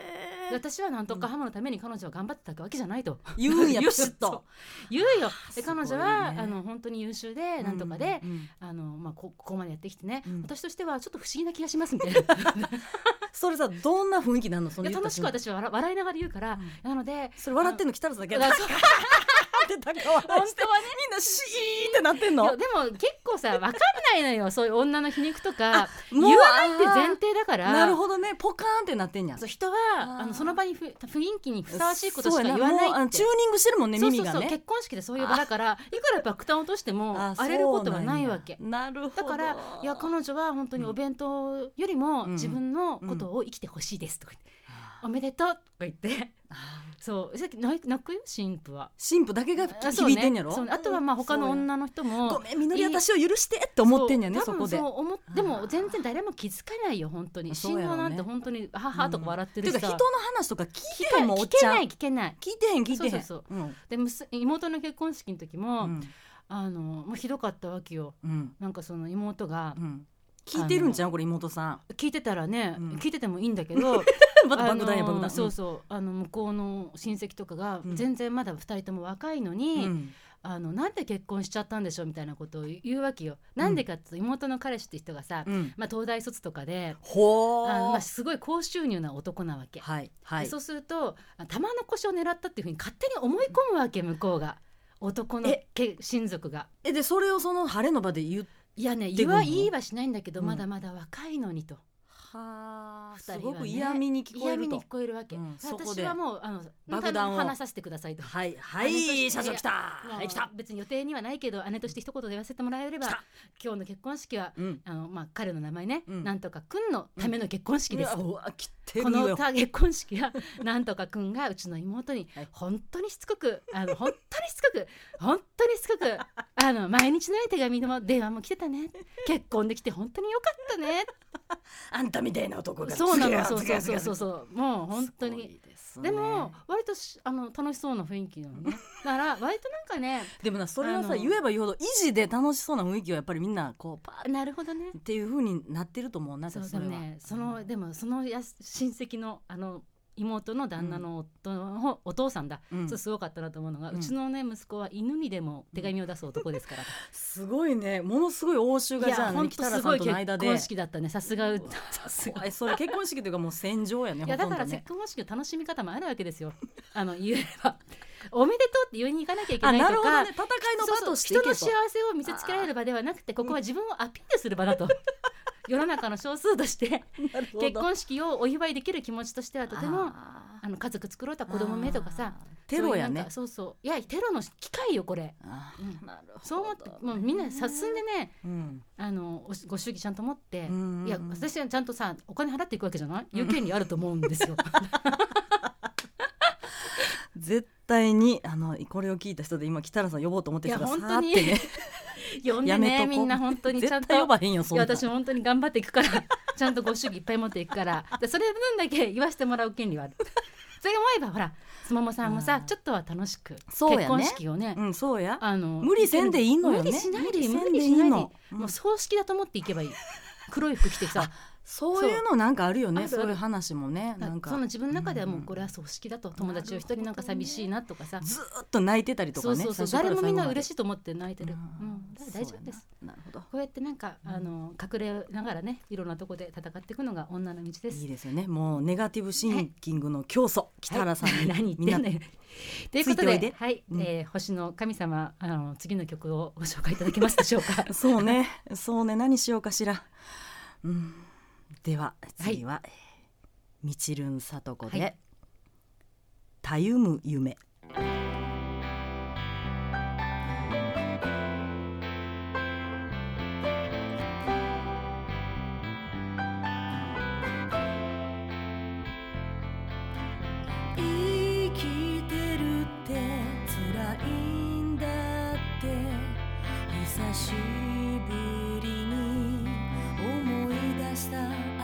[SPEAKER 3] え
[SPEAKER 2] 私はなんとかハムのために彼女は頑張ってたわけじゃないと
[SPEAKER 3] 言うん や
[SPEAKER 2] 言う
[SPEAKER 3] ピシッと
[SPEAKER 2] 言うよで
[SPEAKER 3] ごい
[SPEAKER 2] 彼
[SPEAKER 3] ね
[SPEAKER 2] 女は、あの本当に優秀でなんとかで、
[SPEAKER 3] うんうん
[SPEAKER 2] あのまあ、こここまでやってきてね、
[SPEAKER 3] うん
[SPEAKER 2] 私としてはちょっと不思議な気がしますみたい な
[SPEAKER 3] それさどんな雰囲気なのそ
[SPEAKER 2] い
[SPEAKER 3] の
[SPEAKER 2] や
[SPEAKER 3] 言った
[SPEAKER 2] 楽しく
[SPEAKER 3] 瞬間
[SPEAKER 2] 私は笑笑いながら言うから、
[SPEAKER 3] うん
[SPEAKER 2] なの で
[SPEAKER 3] それ 笑ってんの北原さんだけ
[SPEAKER 2] だからそう
[SPEAKER 3] って高笑
[SPEAKER 2] 本
[SPEAKER 3] いして
[SPEAKER 2] 当はね
[SPEAKER 3] みんなシーってなってん
[SPEAKER 2] い
[SPEAKER 3] の
[SPEAKER 2] やでも結構さ分かんないのよそういう女の皮肉とか言
[SPEAKER 3] もう
[SPEAKER 2] わないって前提だから
[SPEAKER 3] なるほどねポカーンってなってんや
[SPEAKER 2] そう人は
[SPEAKER 3] あー
[SPEAKER 2] あのその場にふ雰囲気にふさわしいことしか言わ
[SPEAKER 3] そうや
[SPEAKER 2] ない
[SPEAKER 3] もうあの
[SPEAKER 2] って
[SPEAKER 3] チューニングしてるもんね
[SPEAKER 2] そうそ
[SPEAKER 3] 耳
[SPEAKER 2] う
[SPEAKER 3] が
[SPEAKER 2] そう
[SPEAKER 3] ね
[SPEAKER 2] 結婚式でそういう場だからいくら爆弾落としても
[SPEAKER 3] あ
[SPEAKER 2] 荒れることはないわけ
[SPEAKER 3] そうなんやなるほど
[SPEAKER 2] だからいや彼女は本当にお弁当よりも
[SPEAKER 3] うん
[SPEAKER 2] 自分のことを生きてほしいですとか言って、おめでとうとか言って
[SPEAKER 3] あー
[SPEAKER 2] そうさっき泣泣くよ新婦は。
[SPEAKER 3] 新婦だけが
[SPEAKER 2] あそう
[SPEAKER 3] 響
[SPEAKER 2] ね
[SPEAKER 3] いてんやろ
[SPEAKER 2] そうねあとはまあ他の女の人
[SPEAKER 3] そう
[SPEAKER 2] も
[SPEAKER 3] やごめんみのり私を許してって思ってんやね
[SPEAKER 2] う
[SPEAKER 3] そ
[SPEAKER 2] 多
[SPEAKER 3] こ
[SPEAKER 2] 分
[SPEAKER 3] で
[SPEAKER 2] そう思っ
[SPEAKER 3] あー
[SPEAKER 2] でも全然誰も気づかないよ本当に
[SPEAKER 3] そう
[SPEAKER 2] 新
[SPEAKER 3] やろ
[SPEAKER 2] 郎
[SPEAKER 3] うね
[SPEAKER 2] なんて本当に母とか笑って
[SPEAKER 3] て
[SPEAKER 2] る
[SPEAKER 3] いう
[SPEAKER 2] し
[SPEAKER 3] か
[SPEAKER 2] さ、
[SPEAKER 3] 人の話とか聞いてへんもんおっ
[SPEAKER 2] 聞
[SPEAKER 3] ち
[SPEAKER 2] け
[SPEAKER 3] ゃん
[SPEAKER 2] ない
[SPEAKER 3] 聞
[SPEAKER 2] 聞けない
[SPEAKER 3] いてへん聞いてへん
[SPEAKER 2] そうそう
[SPEAKER 3] うん
[SPEAKER 2] で娘妹の結婚式の時も、
[SPEAKER 3] うん
[SPEAKER 2] ああのもうひどかったわけよ
[SPEAKER 3] うん
[SPEAKER 2] なんかその妹が
[SPEAKER 3] うん、聞いてるんちゃうこれ 妹さん
[SPEAKER 2] 聞いてたらね、
[SPEAKER 3] うん
[SPEAKER 2] 聞いててもいいんだけど
[SPEAKER 3] また爆弾や
[SPEAKER 2] あの
[SPEAKER 3] 爆弾
[SPEAKER 2] そうそうあの向こうの親戚とかが、
[SPEAKER 3] うん
[SPEAKER 2] 全然まだ二人とも若いのに、
[SPEAKER 3] うん
[SPEAKER 2] あのなんで結婚しちゃったんでしょうみたいなことを言うわけよなんでかっていうと妹の彼氏って人がさ、
[SPEAKER 3] うん、
[SPEAKER 2] まあ、東大卒とかで
[SPEAKER 3] ほー
[SPEAKER 2] あの、まあ、すごい高収入な男なわけ、
[SPEAKER 3] はいは
[SPEAKER 2] で
[SPEAKER 3] い
[SPEAKER 2] そうするとあ玉の腰を狙ったっていうふうに勝手に思い込むわけ向こうが男の
[SPEAKER 3] え
[SPEAKER 2] け親族が
[SPEAKER 3] えでそれをその晴れの場で言う
[SPEAKER 2] いやね
[SPEAKER 3] で
[SPEAKER 2] 言
[SPEAKER 3] も
[SPEAKER 2] わ言いはしないんだけど、
[SPEAKER 3] うん
[SPEAKER 2] まだまだ若いのにと二人
[SPEAKER 3] は
[SPEAKER 2] は
[SPEAKER 3] す
[SPEAKER 2] ね
[SPEAKER 3] ごく嫌味に聞こえ
[SPEAKER 2] 嫌
[SPEAKER 3] る
[SPEAKER 2] 味
[SPEAKER 3] と
[SPEAKER 2] に聞こえるわけ、
[SPEAKER 3] うんそこ
[SPEAKER 2] 私
[SPEAKER 3] で
[SPEAKER 2] はもうあの
[SPEAKER 3] 爆弾を
[SPEAKER 2] 話させてくださいと。
[SPEAKER 3] はいは
[SPEAKER 2] 姉とし
[SPEAKER 3] い
[SPEAKER 2] て
[SPEAKER 3] 社長来た
[SPEAKER 2] もう
[SPEAKER 3] はい来た
[SPEAKER 2] 別に予定にはないけど姉として一言言わせてもらえれば
[SPEAKER 3] 来た
[SPEAKER 2] 今日の結婚式は
[SPEAKER 3] うん
[SPEAKER 2] あの、まあ、彼の名前ね、
[SPEAKER 3] うん
[SPEAKER 2] なんとかくんのための結婚式です、
[SPEAKER 3] うわ来て
[SPEAKER 2] こ
[SPEAKER 3] る
[SPEAKER 2] の
[SPEAKER 3] よ
[SPEAKER 2] 歌結婚式はなんとかくんがうちの妹に
[SPEAKER 3] はい
[SPEAKER 2] 本当にしつこくあの本当にしつこく本当にしつこくあの毎日のように手紙も電話も来てたね結婚できて本当によかったね
[SPEAKER 3] あんたみたいな男が
[SPEAKER 2] そうなのそ
[SPEAKER 3] 次
[SPEAKER 2] う
[SPEAKER 3] や
[SPEAKER 2] そうそうそうそ
[SPEAKER 3] 次や次や
[SPEAKER 2] うもう本当
[SPEAKER 3] すご
[SPEAKER 2] に
[SPEAKER 3] いすね
[SPEAKER 2] でも割としあの楽しそうな雰囲気なのねだから割となんかね
[SPEAKER 3] でもなそれは
[SPEAKER 2] あ
[SPEAKER 3] さ
[SPEAKER 2] の
[SPEAKER 3] 言えば言うほど維持で楽しそうな雰囲気はやっぱりみんなこうパー
[SPEAKER 2] なるほどね
[SPEAKER 3] っていう風になってると思うな
[SPEAKER 2] そう
[SPEAKER 3] 私
[SPEAKER 2] で
[SPEAKER 3] それ
[SPEAKER 2] も
[SPEAKER 3] は
[SPEAKER 2] ねそのでもそのやす親戚のあの妹の旦那の夫の、お父さんだ、
[SPEAKER 3] うん
[SPEAKER 2] そうすごかったなと思うのが、
[SPEAKER 3] う
[SPEAKER 2] うんちのね息子は犬にでも手紙を出す男です から、
[SPEAKER 3] すごいねものすごい応酬がじゃあ
[SPEAKER 2] ほん
[SPEAKER 3] ね
[SPEAKER 2] と
[SPEAKER 3] 北原
[SPEAKER 2] す
[SPEAKER 3] さ
[SPEAKER 2] ご
[SPEAKER 3] ん
[SPEAKER 2] い
[SPEAKER 3] との
[SPEAKER 2] 結
[SPEAKER 3] 間で
[SPEAKER 2] 婚式だったねさすがう
[SPEAKER 3] さすがそれ結婚式というかもう戦場やね
[SPEAKER 2] いやだ
[SPEAKER 3] ほとん
[SPEAKER 2] から
[SPEAKER 3] ど
[SPEAKER 2] 結
[SPEAKER 3] ね
[SPEAKER 2] 婚式の楽しみ方もあるわけですよあの言えばおめでとうって言いに行かなきゃいけ
[SPEAKER 3] あ
[SPEAKER 2] ないと
[SPEAKER 3] なるほ
[SPEAKER 2] か
[SPEAKER 3] どね戦い
[SPEAKER 2] そ
[SPEAKER 3] の
[SPEAKER 2] う
[SPEAKER 3] 場
[SPEAKER 2] そう
[SPEAKER 3] とし
[SPEAKER 2] 人
[SPEAKER 3] てい
[SPEAKER 2] の
[SPEAKER 3] けと
[SPEAKER 2] 幸せを見せつけられる場ではなくてここは自分をアピールする場 だと世の中の少数として
[SPEAKER 3] なるほど
[SPEAKER 2] 結婚式をお祝いできる気持ちとしてはとても
[SPEAKER 3] あー
[SPEAKER 2] あの家族作ろうとか子供目とかさ
[SPEAKER 3] あーテロやね
[SPEAKER 2] そういうなんかそうそういやテロの機会よこれ、
[SPEAKER 3] あー
[SPEAKER 2] うん
[SPEAKER 3] なるほどね
[SPEAKER 2] そう思ってもうみんなさすんでね
[SPEAKER 3] うん
[SPEAKER 2] あのおご祝儀ちゃんと持って、
[SPEAKER 3] うん
[SPEAKER 2] いや私はちゃんとさお金払っていくわけじゃない有権利あると思うん ですよ
[SPEAKER 3] 絶対にあのこれを聞いた人で今北原さん呼ぼうと思ってる人が
[SPEAKER 2] いや
[SPEAKER 3] さ
[SPEAKER 2] 本当
[SPEAKER 3] ーっ
[SPEAKER 2] に
[SPEAKER 3] てね
[SPEAKER 2] 呼んで
[SPEAKER 3] やめと
[SPEAKER 2] ね
[SPEAKER 3] こ
[SPEAKER 2] みんな本当にちゃん
[SPEAKER 3] 絶
[SPEAKER 2] と
[SPEAKER 3] 対呼ばへんよそ
[SPEAKER 2] い
[SPEAKER 3] ん
[SPEAKER 2] や
[SPEAKER 3] な
[SPEAKER 2] 私も本当に頑張っていくからちゃんとご祝儀いっぱい持っていくからでそれ分だけ言わせてもらう権利 はあるそれ思えばほらすももさんも
[SPEAKER 3] あ
[SPEAKER 2] さ
[SPEAKER 3] ー
[SPEAKER 2] ちょっとは楽しく、
[SPEAKER 3] そうやね
[SPEAKER 2] 結婚式をね、
[SPEAKER 3] うんそうや
[SPEAKER 2] あの
[SPEAKER 3] 無理せんでいいのよ
[SPEAKER 2] 無
[SPEAKER 3] ね
[SPEAKER 2] 理しないでいい
[SPEAKER 3] 無
[SPEAKER 2] 無
[SPEAKER 3] 理
[SPEAKER 2] 理
[SPEAKER 3] せ
[SPEAKER 2] し
[SPEAKER 3] んでい
[SPEAKER 2] ないい
[SPEAKER 3] の
[SPEAKER 2] の
[SPEAKER 3] うん
[SPEAKER 2] もう葬式だと思っていけばいい黒い服着てさ
[SPEAKER 3] そういうのなんかあるよね
[SPEAKER 2] ある
[SPEAKER 3] そういう話もねなんか
[SPEAKER 2] その自分の中ではもうこれ
[SPEAKER 3] は
[SPEAKER 2] は葬式だと友達を一人なんか寂しいなとかさ、
[SPEAKER 3] ずーっと泣いてたりと
[SPEAKER 2] そ
[SPEAKER 3] か
[SPEAKER 2] う
[SPEAKER 3] ね
[SPEAKER 2] そうそう誰もみんな嬉
[SPEAKER 3] しい
[SPEAKER 2] しいと思って泣いてる、
[SPEAKER 3] う
[SPEAKER 2] うんん、だから大丈夫です
[SPEAKER 3] なるほど
[SPEAKER 2] こうやってなんか、
[SPEAKER 3] うん
[SPEAKER 2] あの隠れながらねいろんなとこで戦っていくのが女の道です
[SPEAKER 3] いいですよねもうネガティブシンキングの競争北原さんに
[SPEAKER 2] 何言っ
[SPEAKER 3] みん
[SPEAKER 2] て
[SPEAKER 3] なん
[SPEAKER 2] のよ。ということ
[SPEAKER 3] ついてお
[SPEAKER 2] で、
[SPEAKER 3] いで
[SPEAKER 2] はい、
[SPEAKER 3] うん。
[SPEAKER 2] えー星の神様、あの次の曲をご紹介いただけますでしょうか
[SPEAKER 3] そうねそうね何しようかしら、うん、では次は、えーみちるんさとこで、
[SPEAKER 2] はい
[SPEAKER 3] たゆむ夢生きてるって辛いんだって久しぶりに思い出した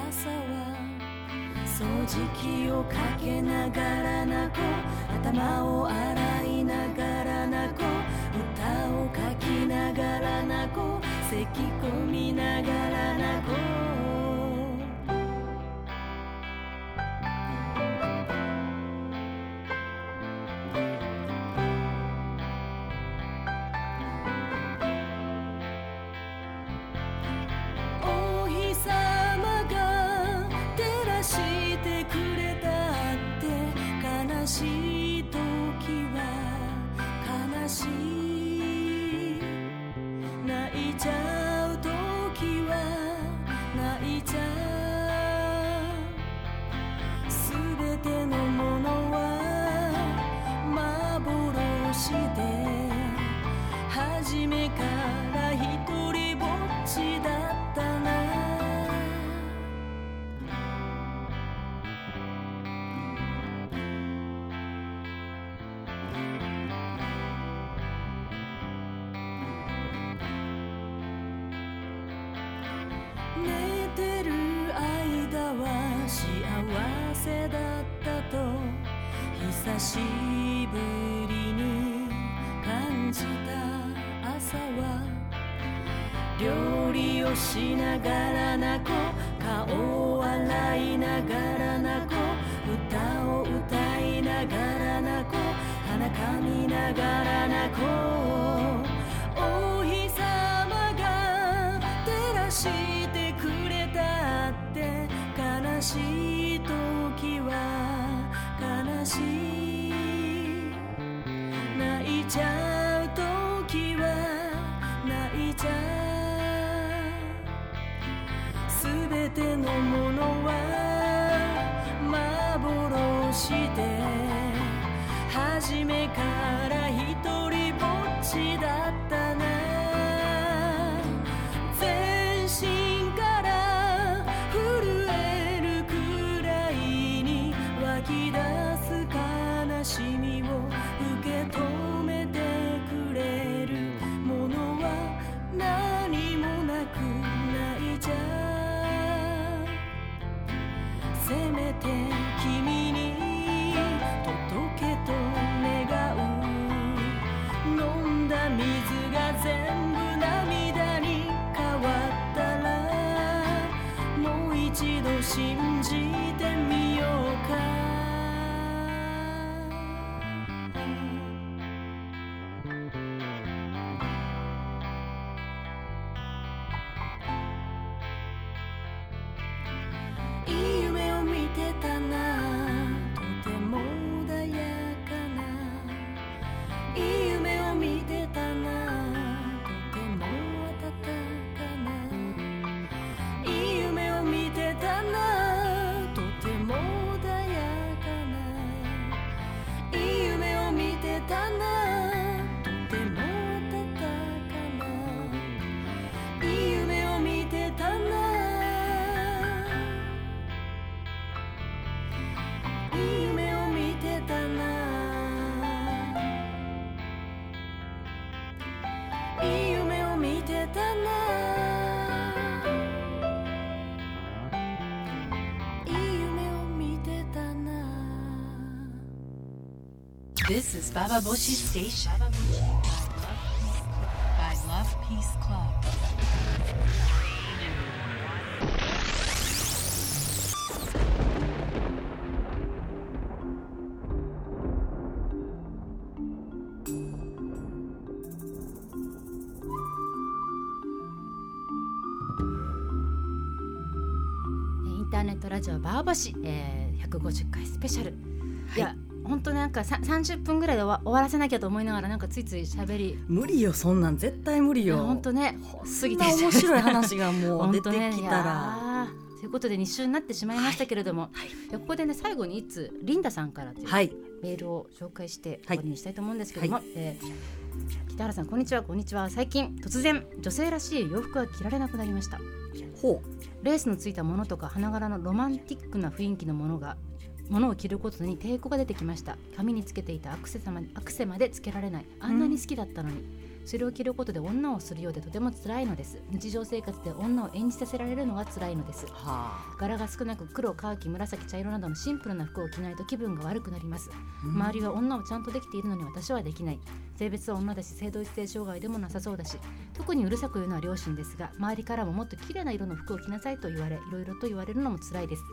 [SPEAKER 3] 朝は掃除機をかけながら泣こう頭を洗いながら泣こう歌をかきながら泣こう咳き込みながら泣こうお日様が照らしてくれたって悲しい時は悲しい泣いちゃう時は泣いちゃうすべてのものは幻で初めから一人ぼっちだったな寝てる間は幸せだったと久しぶりに感じた朝料理をしながらなこ顔を洗いながらなこ歌を歌いながらなこ鼻かみながらなこお日様が照らしてくれたって悲しい時は悲しい泣いちゃう時は泣いちゃうすべてのものは幻で初めから一人ぼっちだったな全身から震えるくらいに湧き出す悲しみを受け止めてくれるものは何もなくないじゃんせめて君に届けと願う飲んだ水が全部涙に変わったらもう一度信じてみようかいい夢を見てたなとても穏やかないい夢を見てたなとても温かないい夢を見てたなとても穏やかないい夢を見てたなとても温かないい夢を見てたな夢を見てたないい夢を見てたないい夢を見てたな
[SPEAKER 1] This is Bababoshi Station. By Love Peace Club.
[SPEAKER 2] 「インターネットラジオバーバシ」えー、150回スペシャル」い、や本当なんかさ30分ぐらいで終わ終わらせなきゃと思いながらなんかついつい喋り
[SPEAKER 4] 無理よそんなん絶対無理
[SPEAKER 2] いや
[SPEAKER 4] よ
[SPEAKER 2] 本当ね過ぎて
[SPEAKER 4] こんな面白い話がもう
[SPEAKER 2] 本
[SPEAKER 4] 出
[SPEAKER 2] 当
[SPEAKER 4] て
[SPEAKER 2] ね
[SPEAKER 4] き
[SPEAKER 2] い
[SPEAKER 4] たら、
[SPEAKER 2] やーということで2週になってしまいましたけれども、いやここでね最後にいつリンダさんからという
[SPEAKER 4] はい
[SPEAKER 2] メールを紹介して終わりにしたいと思うんですけども、
[SPEAKER 4] は
[SPEAKER 2] えー北原さんこんにちはこんにちは最近突然女性らしい洋服が着られなくなりました
[SPEAKER 4] ほう
[SPEAKER 2] レースのついたものとか花柄のロマンティックな雰囲気のものがものを着ることに抵抗が出てきました髪につけていたアクセサまアクセまでつけられないあんなに好きだったのに、それを着ることで女をするようでとても辛いのです日常生活で女を演じさせられるのが辛いのです
[SPEAKER 4] は
[SPEAKER 2] 柄が少なく黒カーキ紫茶色などのシンプルな服を着ないと気分が悪くなります
[SPEAKER 4] うん
[SPEAKER 2] 周りは女をちゃんとできているのに私はできない性別は女だし性同一性障害でもなさそうだし特にうるさく言うのは両親ですが周りからももっと綺麗な色の服を着なさいと言われいろいろと言われるのも辛いです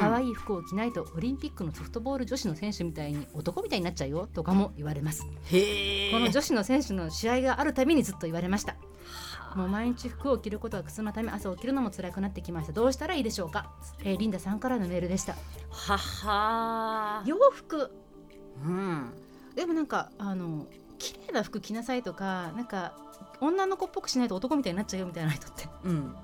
[SPEAKER 2] 可
[SPEAKER 4] い
[SPEAKER 2] 愛い服を着ないとオリンピックのソフトボール女子の選手みたいに男みたいになっちゃうよとかも言われます
[SPEAKER 4] へえ
[SPEAKER 2] この女子の選手の試合があるたびにずっと言われましたもう毎日服を着ることは苦痛なため朝起きるのも辛くなってきましたどうしたらいいでしょうか、えーリンダさんからのメールでした
[SPEAKER 4] はは
[SPEAKER 2] 洋服
[SPEAKER 4] うん
[SPEAKER 2] でもなんかあの綺麗な服着なさいとかなんか女の子っぽくしないと男みたいになっちゃうよみたいな人って
[SPEAKER 4] うん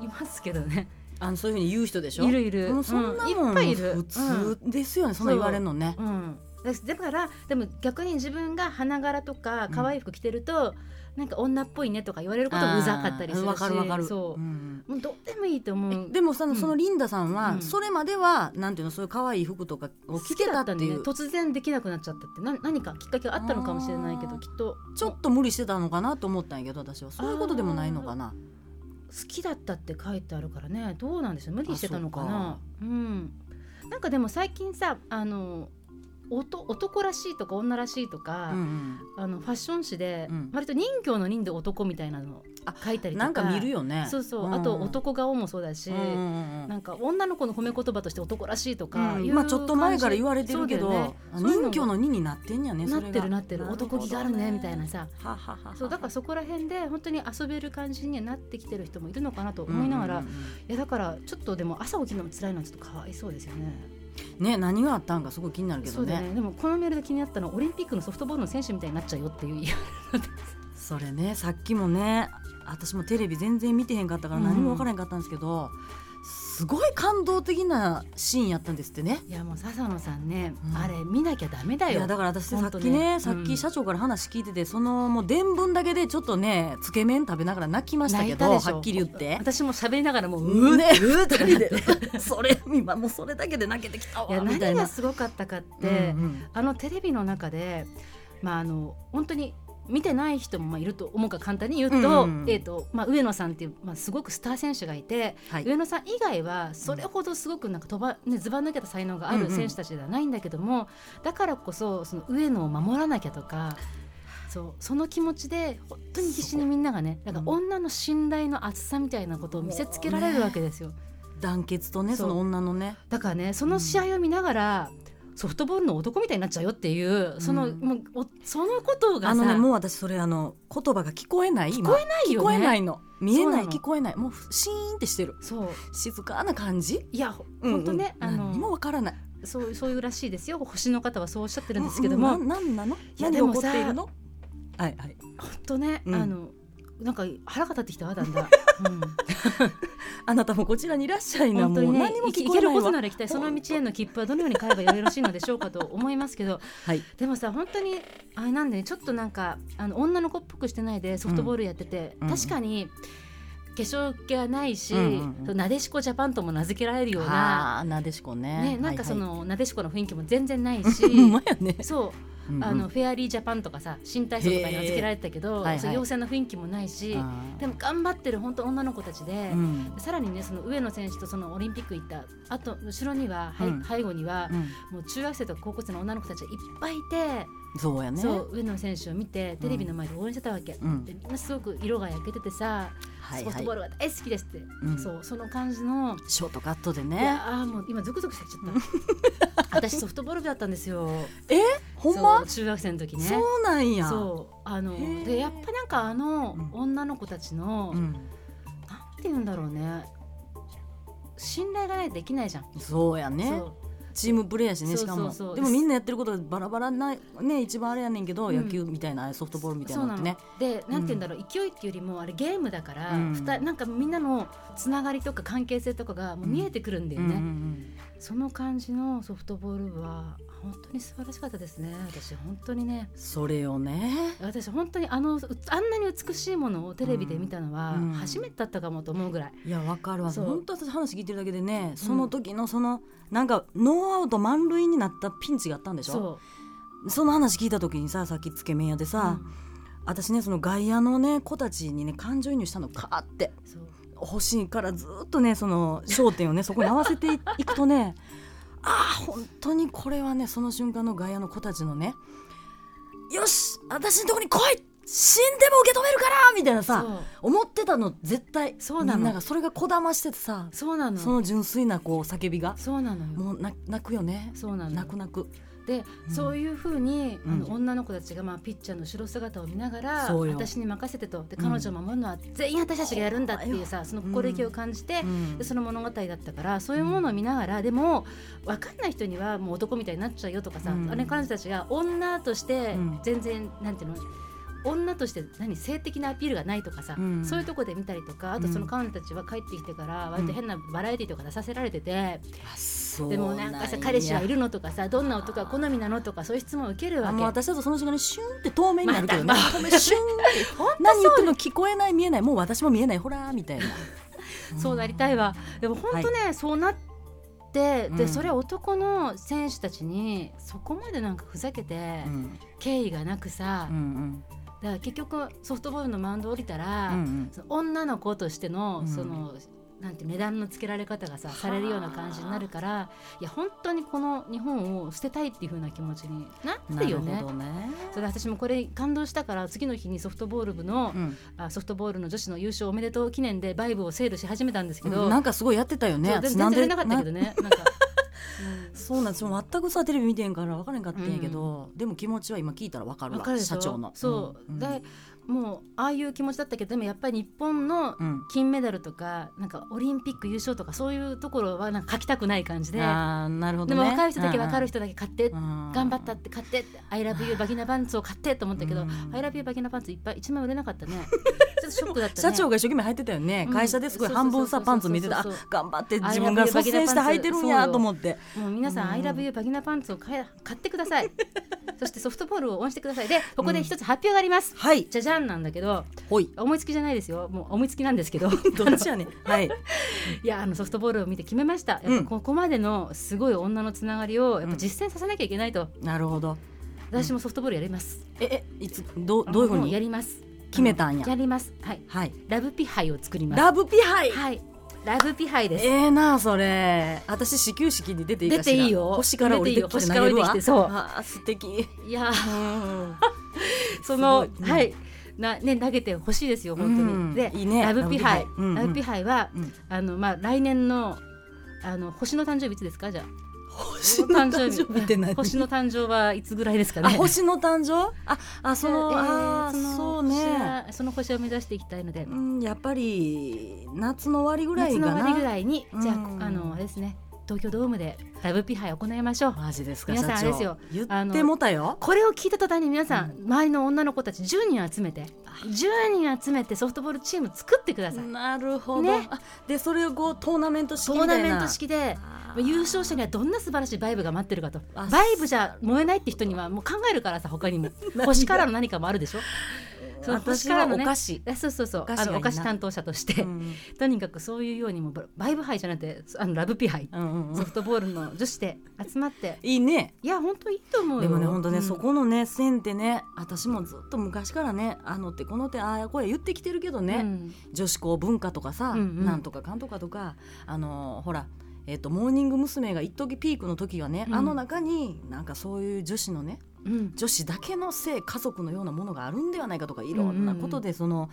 [SPEAKER 2] いますけどね
[SPEAKER 4] あのそういうふうに言う人でしょ
[SPEAKER 2] いるいる、
[SPEAKER 4] もうそんなも
[SPEAKER 2] ういっ
[SPEAKER 4] ん
[SPEAKER 2] ぱいいる
[SPEAKER 4] 普通ですよね、そんな言われるのね
[SPEAKER 2] うん、うんだだからでも逆に自分が花柄とか可愛い服着てると、なんか女っぽいねとか言われること
[SPEAKER 4] あー
[SPEAKER 2] うざかったりするし
[SPEAKER 4] わかるわかる
[SPEAKER 2] そう、
[SPEAKER 4] ん
[SPEAKER 2] もうどうでもいいと思う
[SPEAKER 4] でもさ、
[SPEAKER 2] ん
[SPEAKER 4] そのリンダさんは、
[SPEAKER 2] うん
[SPEAKER 4] それまではなんていうのそういう可愛い服とかを着てたってい
[SPEAKER 2] 好きだ
[SPEAKER 4] う、
[SPEAKER 2] ったんでね突然できなくなっちゃったってな何かきっかけがあったのかもしれないけ
[SPEAKER 4] あ
[SPEAKER 2] ど
[SPEAKER 4] ー
[SPEAKER 2] きっと
[SPEAKER 4] ちょっと無理してたのかなと思ったんやけど私はそういうことでもないのかな
[SPEAKER 2] 好きだったって書いてあるからねどうなんでしょう無理してたのかな
[SPEAKER 4] あ
[SPEAKER 2] うんなんかでも最近さあの男男らしいとか女らしいとか、
[SPEAKER 3] うん
[SPEAKER 2] あのファッション誌で、
[SPEAKER 3] うん
[SPEAKER 2] 割と人形の人で男みたいなの
[SPEAKER 3] あ
[SPEAKER 2] 書いた
[SPEAKER 3] う
[SPEAKER 2] り
[SPEAKER 3] ん、
[SPEAKER 2] とか
[SPEAKER 3] なんか見るよね
[SPEAKER 2] そうそう、
[SPEAKER 3] ん
[SPEAKER 2] あと男顔もそうだし、
[SPEAKER 3] うんうんうん
[SPEAKER 2] なんか女の子の褒め言葉として男らしいとか、
[SPEAKER 3] うん
[SPEAKER 2] いう
[SPEAKER 3] まあちょっと前から言われてるけ
[SPEAKER 2] そうだよ
[SPEAKER 3] ど
[SPEAKER 2] ね
[SPEAKER 3] あ
[SPEAKER 2] そういうの
[SPEAKER 3] 人
[SPEAKER 2] が
[SPEAKER 3] 魚の2になってんやね
[SPEAKER 2] な
[SPEAKER 3] そ
[SPEAKER 2] っ
[SPEAKER 3] れ
[SPEAKER 2] て
[SPEAKER 3] が
[SPEAKER 2] るなってる
[SPEAKER 3] なるほどね
[SPEAKER 2] 男気があるねみたいなさ
[SPEAKER 3] はははは
[SPEAKER 2] そうだからそこら辺で本当に遊べる感じにはなってきてる人もいるのかなと思いながら、
[SPEAKER 3] うんうんうん
[SPEAKER 2] いやだからちょっとでも朝起きるのも辛いのはちょっとかわいそうですよね
[SPEAKER 3] ね何があったんかすごい気になるけ
[SPEAKER 2] そ
[SPEAKER 3] ど
[SPEAKER 2] うだ
[SPEAKER 3] ね
[SPEAKER 2] よねでもこのメールで気になったのはオリンピックのソフトボールの選手みたいになっちゃうよっていう
[SPEAKER 3] それねさっきもね私もテレビ全然見てへんかったから
[SPEAKER 2] うん
[SPEAKER 3] 何も分からへんかったんですけど、すごい感動的なシーンやったんですってね
[SPEAKER 2] いやもう笹野さんね、
[SPEAKER 3] うん
[SPEAKER 2] あれ見なきゃダメだ
[SPEAKER 3] い
[SPEAKER 2] よ
[SPEAKER 3] やだから私さっ
[SPEAKER 2] 本当
[SPEAKER 3] きね
[SPEAKER 2] うん
[SPEAKER 3] さっき社長から話聞いてて、そのもう伝聞だけでちょっとねつけ麺食べながら泣きました
[SPEAKER 2] 泣
[SPEAKER 3] けど
[SPEAKER 2] いたでしょ
[SPEAKER 3] はっきり言って。
[SPEAKER 2] 私も喋りながらもうう
[SPEAKER 3] う
[SPEAKER 2] ーね
[SPEAKER 3] ーね、うーって感じで それ今もうそれだけで泣けてきた
[SPEAKER 2] いや
[SPEAKER 3] わみた
[SPEAKER 2] 何
[SPEAKER 3] いな
[SPEAKER 2] がすごかったかっ
[SPEAKER 3] う
[SPEAKER 2] て、
[SPEAKER 3] んうん
[SPEAKER 2] あのテレビの中でまああの本当に見てない人もまあいると思うから簡単に言うと,、
[SPEAKER 3] うんうん
[SPEAKER 2] えーとまあ、上野さんっていう、まあ、すごくスター選手がいて、
[SPEAKER 3] はい
[SPEAKER 2] 上野さん以外はそれほどすごくなんか飛ば、ね、ずば抜けた才能があ
[SPEAKER 3] うんう
[SPEAKER 2] る
[SPEAKER 3] ん
[SPEAKER 2] 選手たちではないんだけども、だからこそその上野を守らなきゃとかそうその気持ちで本当に必死にみんながねなんか女の信頼の厚さみたいなことを見せつけられるわけですよ。
[SPEAKER 3] 団結とね
[SPEAKER 2] そ
[SPEAKER 3] そうの女のね
[SPEAKER 2] だからねその試合を見ながら、ソフトボールの男みたいになっちゃうよっていうその、
[SPEAKER 3] うん
[SPEAKER 2] もうおそのことがさ
[SPEAKER 3] あのねもう私それあの言葉が聞こえない
[SPEAKER 2] 聞
[SPEAKER 3] 今
[SPEAKER 2] こえない
[SPEAKER 3] 聞
[SPEAKER 2] よね
[SPEAKER 3] こえないの見えない
[SPEAKER 2] そうなの
[SPEAKER 3] 聞こえないもうシーンってしてる
[SPEAKER 2] そう
[SPEAKER 3] 静かな感じ
[SPEAKER 2] いやほ
[SPEAKER 3] うん
[SPEAKER 2] 本当ね、
[SPEAKER 3] うん
[SPEAKER 2] あ
[SPEAKER 3] 何にも
[SPEAKER 2] の
[SPEAKER 3] わからない
[SPEAKER 2] そうそういうらしいですよ星の方はそうおっしゃってるんですけども、
[SPEAKER 3] うんうんなんなんなの
[SPEAKER 2] いや
[SPEAKER 3] 何
[SPEAKER 2] で
[SPEAKER 3] で
[SPEAKER 2] も
[SPEAKER 3] 怒っ
[SPEAKER 2] さ
[SPEAKER 3] ているのはいはい
[SPEAKER 2] 本当ね、
[SPEAKER 3] うん
[SPEAKER 2] あのなんか腹が立ってきたわだ んだ、うん、
[SPEAKER 3] あなたもこちらにいらっしゃいな
[SPEAKER 2] 本
[SPEAKER 3] も
[SPEAKER 2] 当
[SPEAKER 3] う
[SPEAKER 2] にね
[SPEAKER 3] 何も
[SPEAKER 2] いけ
[SPEAKER 3] 聞
[SPEAKER 2] い
[SPEAKER 3] こ
[SPEAKER 2] け
[SPEAKER 3] え
[SPEAKER 2] る
[SPEAKER 3] ない
[SPEAKER 2] こと
[SPEAKER 3] わ
[SPEAKER 2] なら行きたいその道への切符はどのように買えばよろしいのでしょうかと思いますけど
[SPEAKER 3] はい
[SPEAKER 2] でもさ本当にあれなんでねちょっとなんかあの女の子っぽくしてないでソフトボールやってて、
[SPEAKER 3] うん
[SPEAKER 2] 確かに化粧気はないし、
[SPEAKER 3] うんうんうん
[SPEAKER 2] そうなでしこジャパンとも名付けられるような、
[SPEAKER 3] あーなでしこね
[SPEAKER 2] ね、なんかその、なでしこの雰囲気も全然ないし
[SPEAKER 3] はいはいほんまやね
[SPEAKER 2] そう
[SPEAKER 3] うんうん
[SPEAKER 2] あの、フェアリージャパンとかさ新体操とかに名付けられてたけど、
[SPEAKER 3] へーはいはい
[SPEAKER 2] そう妖精な雰囲気もないし、
[SPEAKER 3] あー
[SPEAKER 2] でも頑張ってる本当女の子たちで。
[SPEAKER 3] うん
[SPEAKER 2] さらにねその上野選手とそのオリンピック行ったあと後ろには、はい
[SPEAKER 3] うん
[SPEAKER 2] 背後には
[SPEAKER 3] う、ん
[SPEAKER 2] もう中学生とか高校生の女の子たちがいっぱいいて
[SPEAKER 3] そうやね
[SPEAKER 2] そう上野選手を見てテレビの前で応援してたわけ、
[SPEAKER 3] うん
[SPEAKER 2] でみんなすごく色が焼けててさ、
[SPEAKER 3] はい
[SPEAKER 2] ソフ
[SPEAKER 3] は
[SPEAKER 2] ト
[SPEAKER 3] い
[SPEAKER 2] ボールが大好きですって、
[SPEAKER 3] うん
[SPEAKER 2] そうその感じの、
[SPEAKER 3] ショートカットで
[SPEAKER 2] い
[SPEAKER 3] ね
[SPEAKER 2] やーもう今ゾクゾクしてきちゃった 私ソフトボール部だったんですよ
[SPEAKER 3] ほんま
[SPEAKER 2] そう中学生の時ね
[SPEAKER 3] そうなんや
[SPEAKER 2] そうあの
[SPEAKER 3] へー
[SPEAKER 2] でやっぱなんかあの
[SPEAKER 3] うん
[SPEAKER 2] 女の子たちの、
[SPEAKER 3] うん
[SPEAKER 2] なんて言うんだろうね信頼がないとできないじゃん、
[SPEAKER 3] そうやね
[SPEAKER 2] そう
[SPEAKER 3] チームプレーやし
[SPEAKER 2] そ
[SPEAKER 3] ね
[SPEAKER 2] う
[SPEAKER 3] し
[SPEAKER 2] そう
[SPEAKER 3] かも
[SPEAKER 2] そう
[SPEAKER 3] でもみんなやってることがバラバラなね一番あれやねんけど、
[SPEAKER 2] うん
[SPEAKER 3] 野球みたいなソフトボールみたい
[SPEAKER 2] そ
[SPEAKER 3] な
[SPEAKER 2] う
[SPEAKER 3] の
[SPEAKER 2] な
[SPEAKER 3] って
[SPEAKER 2] の
[SPEAKER 3] ね
[SPEAKER 2] でなんて言うんだろう、勢いっていうよりもあれゲームだから、
[SPEAKER 3] うん
[SPEAKER 2] ふたなんかみんなのつながりとか関係性とかがもう見えてくるんだよ
[SPEAKER 3] うん
[SPEAKER 2] ね、
[SPEAKER 3] うんうん
[SPEAKER 2] その感じのソフトボール部は本当に素晴らしかったですね私本当にね
[SPEAKER 3] それをね
[SPEAKER 2] 私本当にあのうあんなに美しいものをテレビで見たのは
[SPEAKER 3] うん
[SPEAKER 2] 初めてだったかもと思うぐらい、
[SPEAKER 3] いやわかるわ
[SPEAKER 2] そう
[SPEAKER 3] 本当私話聞いてるだけでねその時のその、なんかノーアウト満塁になったピンチがあったんでしょ
[SPEAKER 2] そう
[SPEAKER 3] その話聞いた時にささっきつけ麺屋でさ、私ねその外野のね子たちにね感情移入したのかって
[SPEAKER 2] うんそう
[SPEAKER 3] 欲しいからずっとねその焦点をねそこに合わせていいくとね ああ本当にこれはねその瞬間の外野の子たちのねよし私のとこに来い死んでも受け止めるからみたいな
[SPEAKER 2] そ
[SPEAKER 3] さ
[SPEAKER 2] う
[SPEAKER 3] 思ってたの絶対
[SPEAKER 2] そうなの
[SPEAKER 3] みんながそれがこだましててさ
[SPEAKER 2] そうなの
[SPEAKER 3] その純粋なこう叫びが
[SPEAKER 2] そうなのよ
[SPEAKER 3] もうな泣くよね
[SPEAKER 2] そうなのよ
[SPEAKER 3] 泣く泣く
[SPEAKER 2] で、
[SPEAKER 3] うん
[SPEAKER 2] そういうふうに、あの
[SPEAKER 3] うん
[SPEAKER 2] 女の子たちが、まあ、ピッチャーの後ろ姿を見ながら
[SPEAKER 3] そうよ
[SPEAKER 2] 私に任せてとで
[SPEAKER 3] うん
[SPEAKER 2] 彼女を守るのは全員私たちがやるんだっていうさその心意気を感じて、
[SPEAKER 3] うん
[SPEAKER 2] でその物語だったからそういうものを見ながらでも分かんない人にはもう男みたいになっちゃうよとかさ、
[SPEAKER 3] うん
[SPEAKER 2] あれ彼女たちが女として
[SPEAKER 3] うん
[SPEAKER 2] 全然、なんていうの女として何性的なアピールがないとかさ、
[SPEAKER 3] うん
[SPEAKER 2] そういうとこで見たりとかあと
[SPEAKER 3] うん
[SPEAKER 2] その彼女たちは帰ってきてから割と変なバラエティとか出させられてて。
[SPEAKER 3] あそう
[SPEAKER 2] でもなんかさ彼氏がい
[SPEAKER 3] る
[SPEAKER 2] るのとかさどんな男が好みなのとかそういう質問を受けるわ
[SPEAKER 3] あ
[SPEAKER 2] け
[SPEAKER 3] もう私だとその時間にシュンって透明になるけどね
[SPEAKER 2] また
[SPEAKER 3] 透明シュンって何言っても聞こえない見えないもう私も見えないほらーみたいな
[SPEAKER 2] そうなりたいわでも本当ね、そうなってで、
[SPEAKER 3] うん
[SPEAKER 2] それ男の選手たちにそこまでなんかふざけて、
[SPEAKER 3] うん
[SPEAKER 2] 敬意がなくさ、
[SPEAKER 3] うんうん
[SPEAKER 2] だから結局ソフトボールのマウンド降りたら、
[SPEAKER 3] うんうん
[SPEAKER 2] その女の子としての、
[SPEAKER 3] うん
[SPEAKER 2] そのなんて値段のつけられ方がさされるような感じになるからいや本当にこの日本を捨てたいっていう風な気持ちになってるよ
[SPEAKER 3] な
[SPEAKER 2] ね
[SPEAKER 3] るほ。どね。
[SPEAKER 2] それで私もこれ感動したから次の日にソフトボール部の、
[SPEAKER 3] うん
[SPEAKER 2] あソフトボールの女子の優勝おめでとう記念でバイブをセールし始めたんですけど、
[SPEAKER 3] うんなんかすごいやってたよね。
[SPEAKER 2] そうで
[SPEAKER 3] 私
[SPEAKER 2] 全然売れ
[SPEAKER 3] ん
[SPEAKER 2] なかったけどねなん か、
[SPEAKER 3] そうなんですよ全くさテレビ見てんから分からへんかったんやけど、でも気持ちは今聞いたら分か
[SPEAKER 2] う
[SPEAKER 3] る
[SPEAKER 2] ん、
[SPEAKER 3] わ
[SPEAKER 2] 分かるでしょ
[SPEAKER 3] 社長の
[SPEAKER 2] そう、
[SPEAKER 3] ん
[SPEAKER 2] でもうああいう気持ちだったけどでもやっぱり日本の
[SPEAKER 3] うん
[SPEAKER 2] 金メダルとかなんかオリンピック優勝とかそういうところはなんか書きたくない感じで、
[SPEAKER 3] あーなるほ
[SPEAKER 2] で
[SPEAKER 3] ど、ね、
[SPEAKER 2] も若い人だけ分かる人だけ買って、頑
[SPEAKER 3] 頑
[SPEAKER 2] 張ったって買って「I love you バギナパンツ」を買ってと思ったけど「
[SPEAKER 3] うん
[SPEAKER 2] I love you バギナパンツ」いっぱい一枚売れなかった ねちょっとショックだったね
[SPEAKER 3] 社長が一生懸命履いてたよね、
[SPEAKER 2] うん
[SPEAKER 3] 会社ですごい
[SPEAKER 2] そうそうそう
[SPEAKER 3] 半分さパンツ見てたあ
[SPEAKER 2] そうそうそ
[SPEAKER 3] 頑張って
[SPEAKER 2] あ
[SPEAKER 3] 自分が率先して履いてるん
[SPEAKER 2] そう
[SPEAKER 3] や
[SPEAKER 2] よ
[SPEAKER 3] と思って
[SPEAKER 2] もう皆さん「I love you バギナパンツ」を買え買ってください そしてソフトボールを応援してくださいでここで一つ発表があります、
[SPEAKER 3] はい
[SPEAKER 2] じゃじゃんなんだけど
[SPEAKER 3] ほい
[SPEAKER 2] 思いつきじゃないですよもう思 いつきなんですけど
[SPEAKER 3] どっちやねんはい
[SPEAKER 2] いやあのソフトボールを見て決めましたやっぱここまでのすごい女のつながりをやっぱ実践させなきゃいけないと、
[SPEAKER 3] なるほど
[SPEAKER 2] 私もソフトボールやります
[SPEAKER 3] ええいつどどういうふう
[SPEAKER 2] もや
[SPEAKER 3] に
[SPEAKER 2] ります
[SPEAKER 3] 決めたんや
[SPEAKER 2] やりますはい
[SPEAKER 3] はい
[SPEAKER 2] ラブピハイを作ります
[SPEAKER 3] ラブピハイ
[SPEAKER 2] はいラブピハイです
[SPEAKER 3] ええなあそれ私始球式に出ていいかしら
[SPEAKER 2] 出ていいよ
[SPEAKER 3] 星から降りてきて
[SPEAKER 2] 出ていいよ
[SPEAKER 3] 投げる
[SPEAKER 2] 星から降りて
[SPEAKER 3] わ
[SPEAKER 2] きてそう
[SPEAKER 3] あー素敵
[SPEAKER 2] いやー
[SPEAKER 3] うん
[SPEAKER 2] その、
[SPEAKER 3] すごい
[SPEAKER 2] はいなね投げてほしいですよ本当に、
[SPEAKER 3] うん
[SPEAKER 2] で
[SPEAKER 3] いいね
[SPEAKER 2] ラブピハイ
[SPEAKER 3] ラブピハイうんうん
[SPEAKER 2] ラブピハイは、
[SPEAKER 3] うん
[SPEAKER 2] あのまあ来年のあの星の誕生日いつですかじゃあ
[SPEAKER 3] 星の誕生日って何
[SPEAKER 2] 星の誕生はいつぐらいですか
[SPEAKER 3] あ
[SPEAKER 2] ね
[SPEAKER 3] 星の誕生ああその、
[SPEAKER 2] えー
[SPEAKER 3] あーそう
[SPEAKER 2] 星
[SPEAKER 3] ね
[SPEAKER 2] はその星を目指していきたいので
[SPEAKER 3] うんやっぱり夏の終わりぐらい
[SPEAKER 2] 夏
[SPEAKER 3] か
[SPEAKER 2] の
[SPEAKER 3] な
[SPEAKER 2] 終わりぐらいにじゃあ
[SPEAKER 3] うん
[SPEAKER 2] あのあれですね東京ドームでラブピハイ行いましょう
[SPEAKER 3] マジですか
[SPEAKER 2] 皆さん
[SPEAKER 3] 社
[SPEAKER 2] あ
[SPEAKER 3] 長
[SPEAKER 2] れですよ
[SPEAKER 3] 言
[SPEAKER 2] あ
[SPEAKER 3] っ
[SPEAKER 2] の
[SPEAKER 3] てもたよ
[SPEAKER 2] これを聞いた途端に皆さん、周りの女の子たち10人集めて10人集めてソフトボールチーム作ってください、
[SPEAKER 3] なるほど、
[SPEAKER 2] ね
[SPEAKER 3] あでそれをこうトーナメント式
[SPEAKER 2] ト
[SPEAKER 3] み
[SPEAKER 2] ー
[SPEAKER 3] た
[SPEAKER 2] ナ
[SPEAKER 3] いな
[SPEAKER 2] メント式で
[SPEAKER 3] あー
[SPEAKER 2] 優勝者にはどんな素晴らしいバイブが待ってるかと
[SPEAKER 3] あ
[SPEAKER 2] バイブじゃ燃えないって人にはもう考えるからさ他に も星からの何かもあるでしょその
[SPEAKER 3] 私
[SPEAKER 2] 星から
[SPEAKER 3] は
[SPEAKER 2] の
[SPEAKER 3] お
[SPEAKER 2] ね
[SPEAKER 3] 菓子、
[SPEAKER 2] あそうそうそう
[SPEAKER 3] お菓子
[SPEAKER 2] あ
[SPEAKER 3] がいい
[SPEAKER 2] の
[SPEAKER 3] な
[SPEAKER 2] お菓子担当者として、
[SPEAKER 3] うん
[SPEAKER 2] とにかくそういうようにもうバイブ杯じゃなくてあのラブピ杯、
[SPEAKER 3] うんうんう
[SPEAKER 2] ソ
[SPEAKER 3] ん
[SPEAKER 2] フトボールの女子で集まって
[SPEAKER 3] いいね
[SPEAKER 2] いや本当いいと思うよ
[SPEAKER 3] でもね本当ね、
[SPEAKER 2] うん
[SPEAKER 3] そこのね線ってね私もずっと昔からねあのってこの手ああやこれ言ってきてるけどね、
[SPEAKER 2] うん
[SPEAKER 3] 女子校文化とかさ、
[SPEAKER 2] うんうん
[SPEAKER 3] なんとかかんとかとかあのほらえっとモーニング娘。が一時ピークの時はね、
[SPEAKER 2] うん
[SPEAKER 3] あの中になんかそういう女子のね
[SPEAKER 2] うん
[SPEAKER 3] 女子だけの性家族のようなものがあるんではないかとかいろんなことでその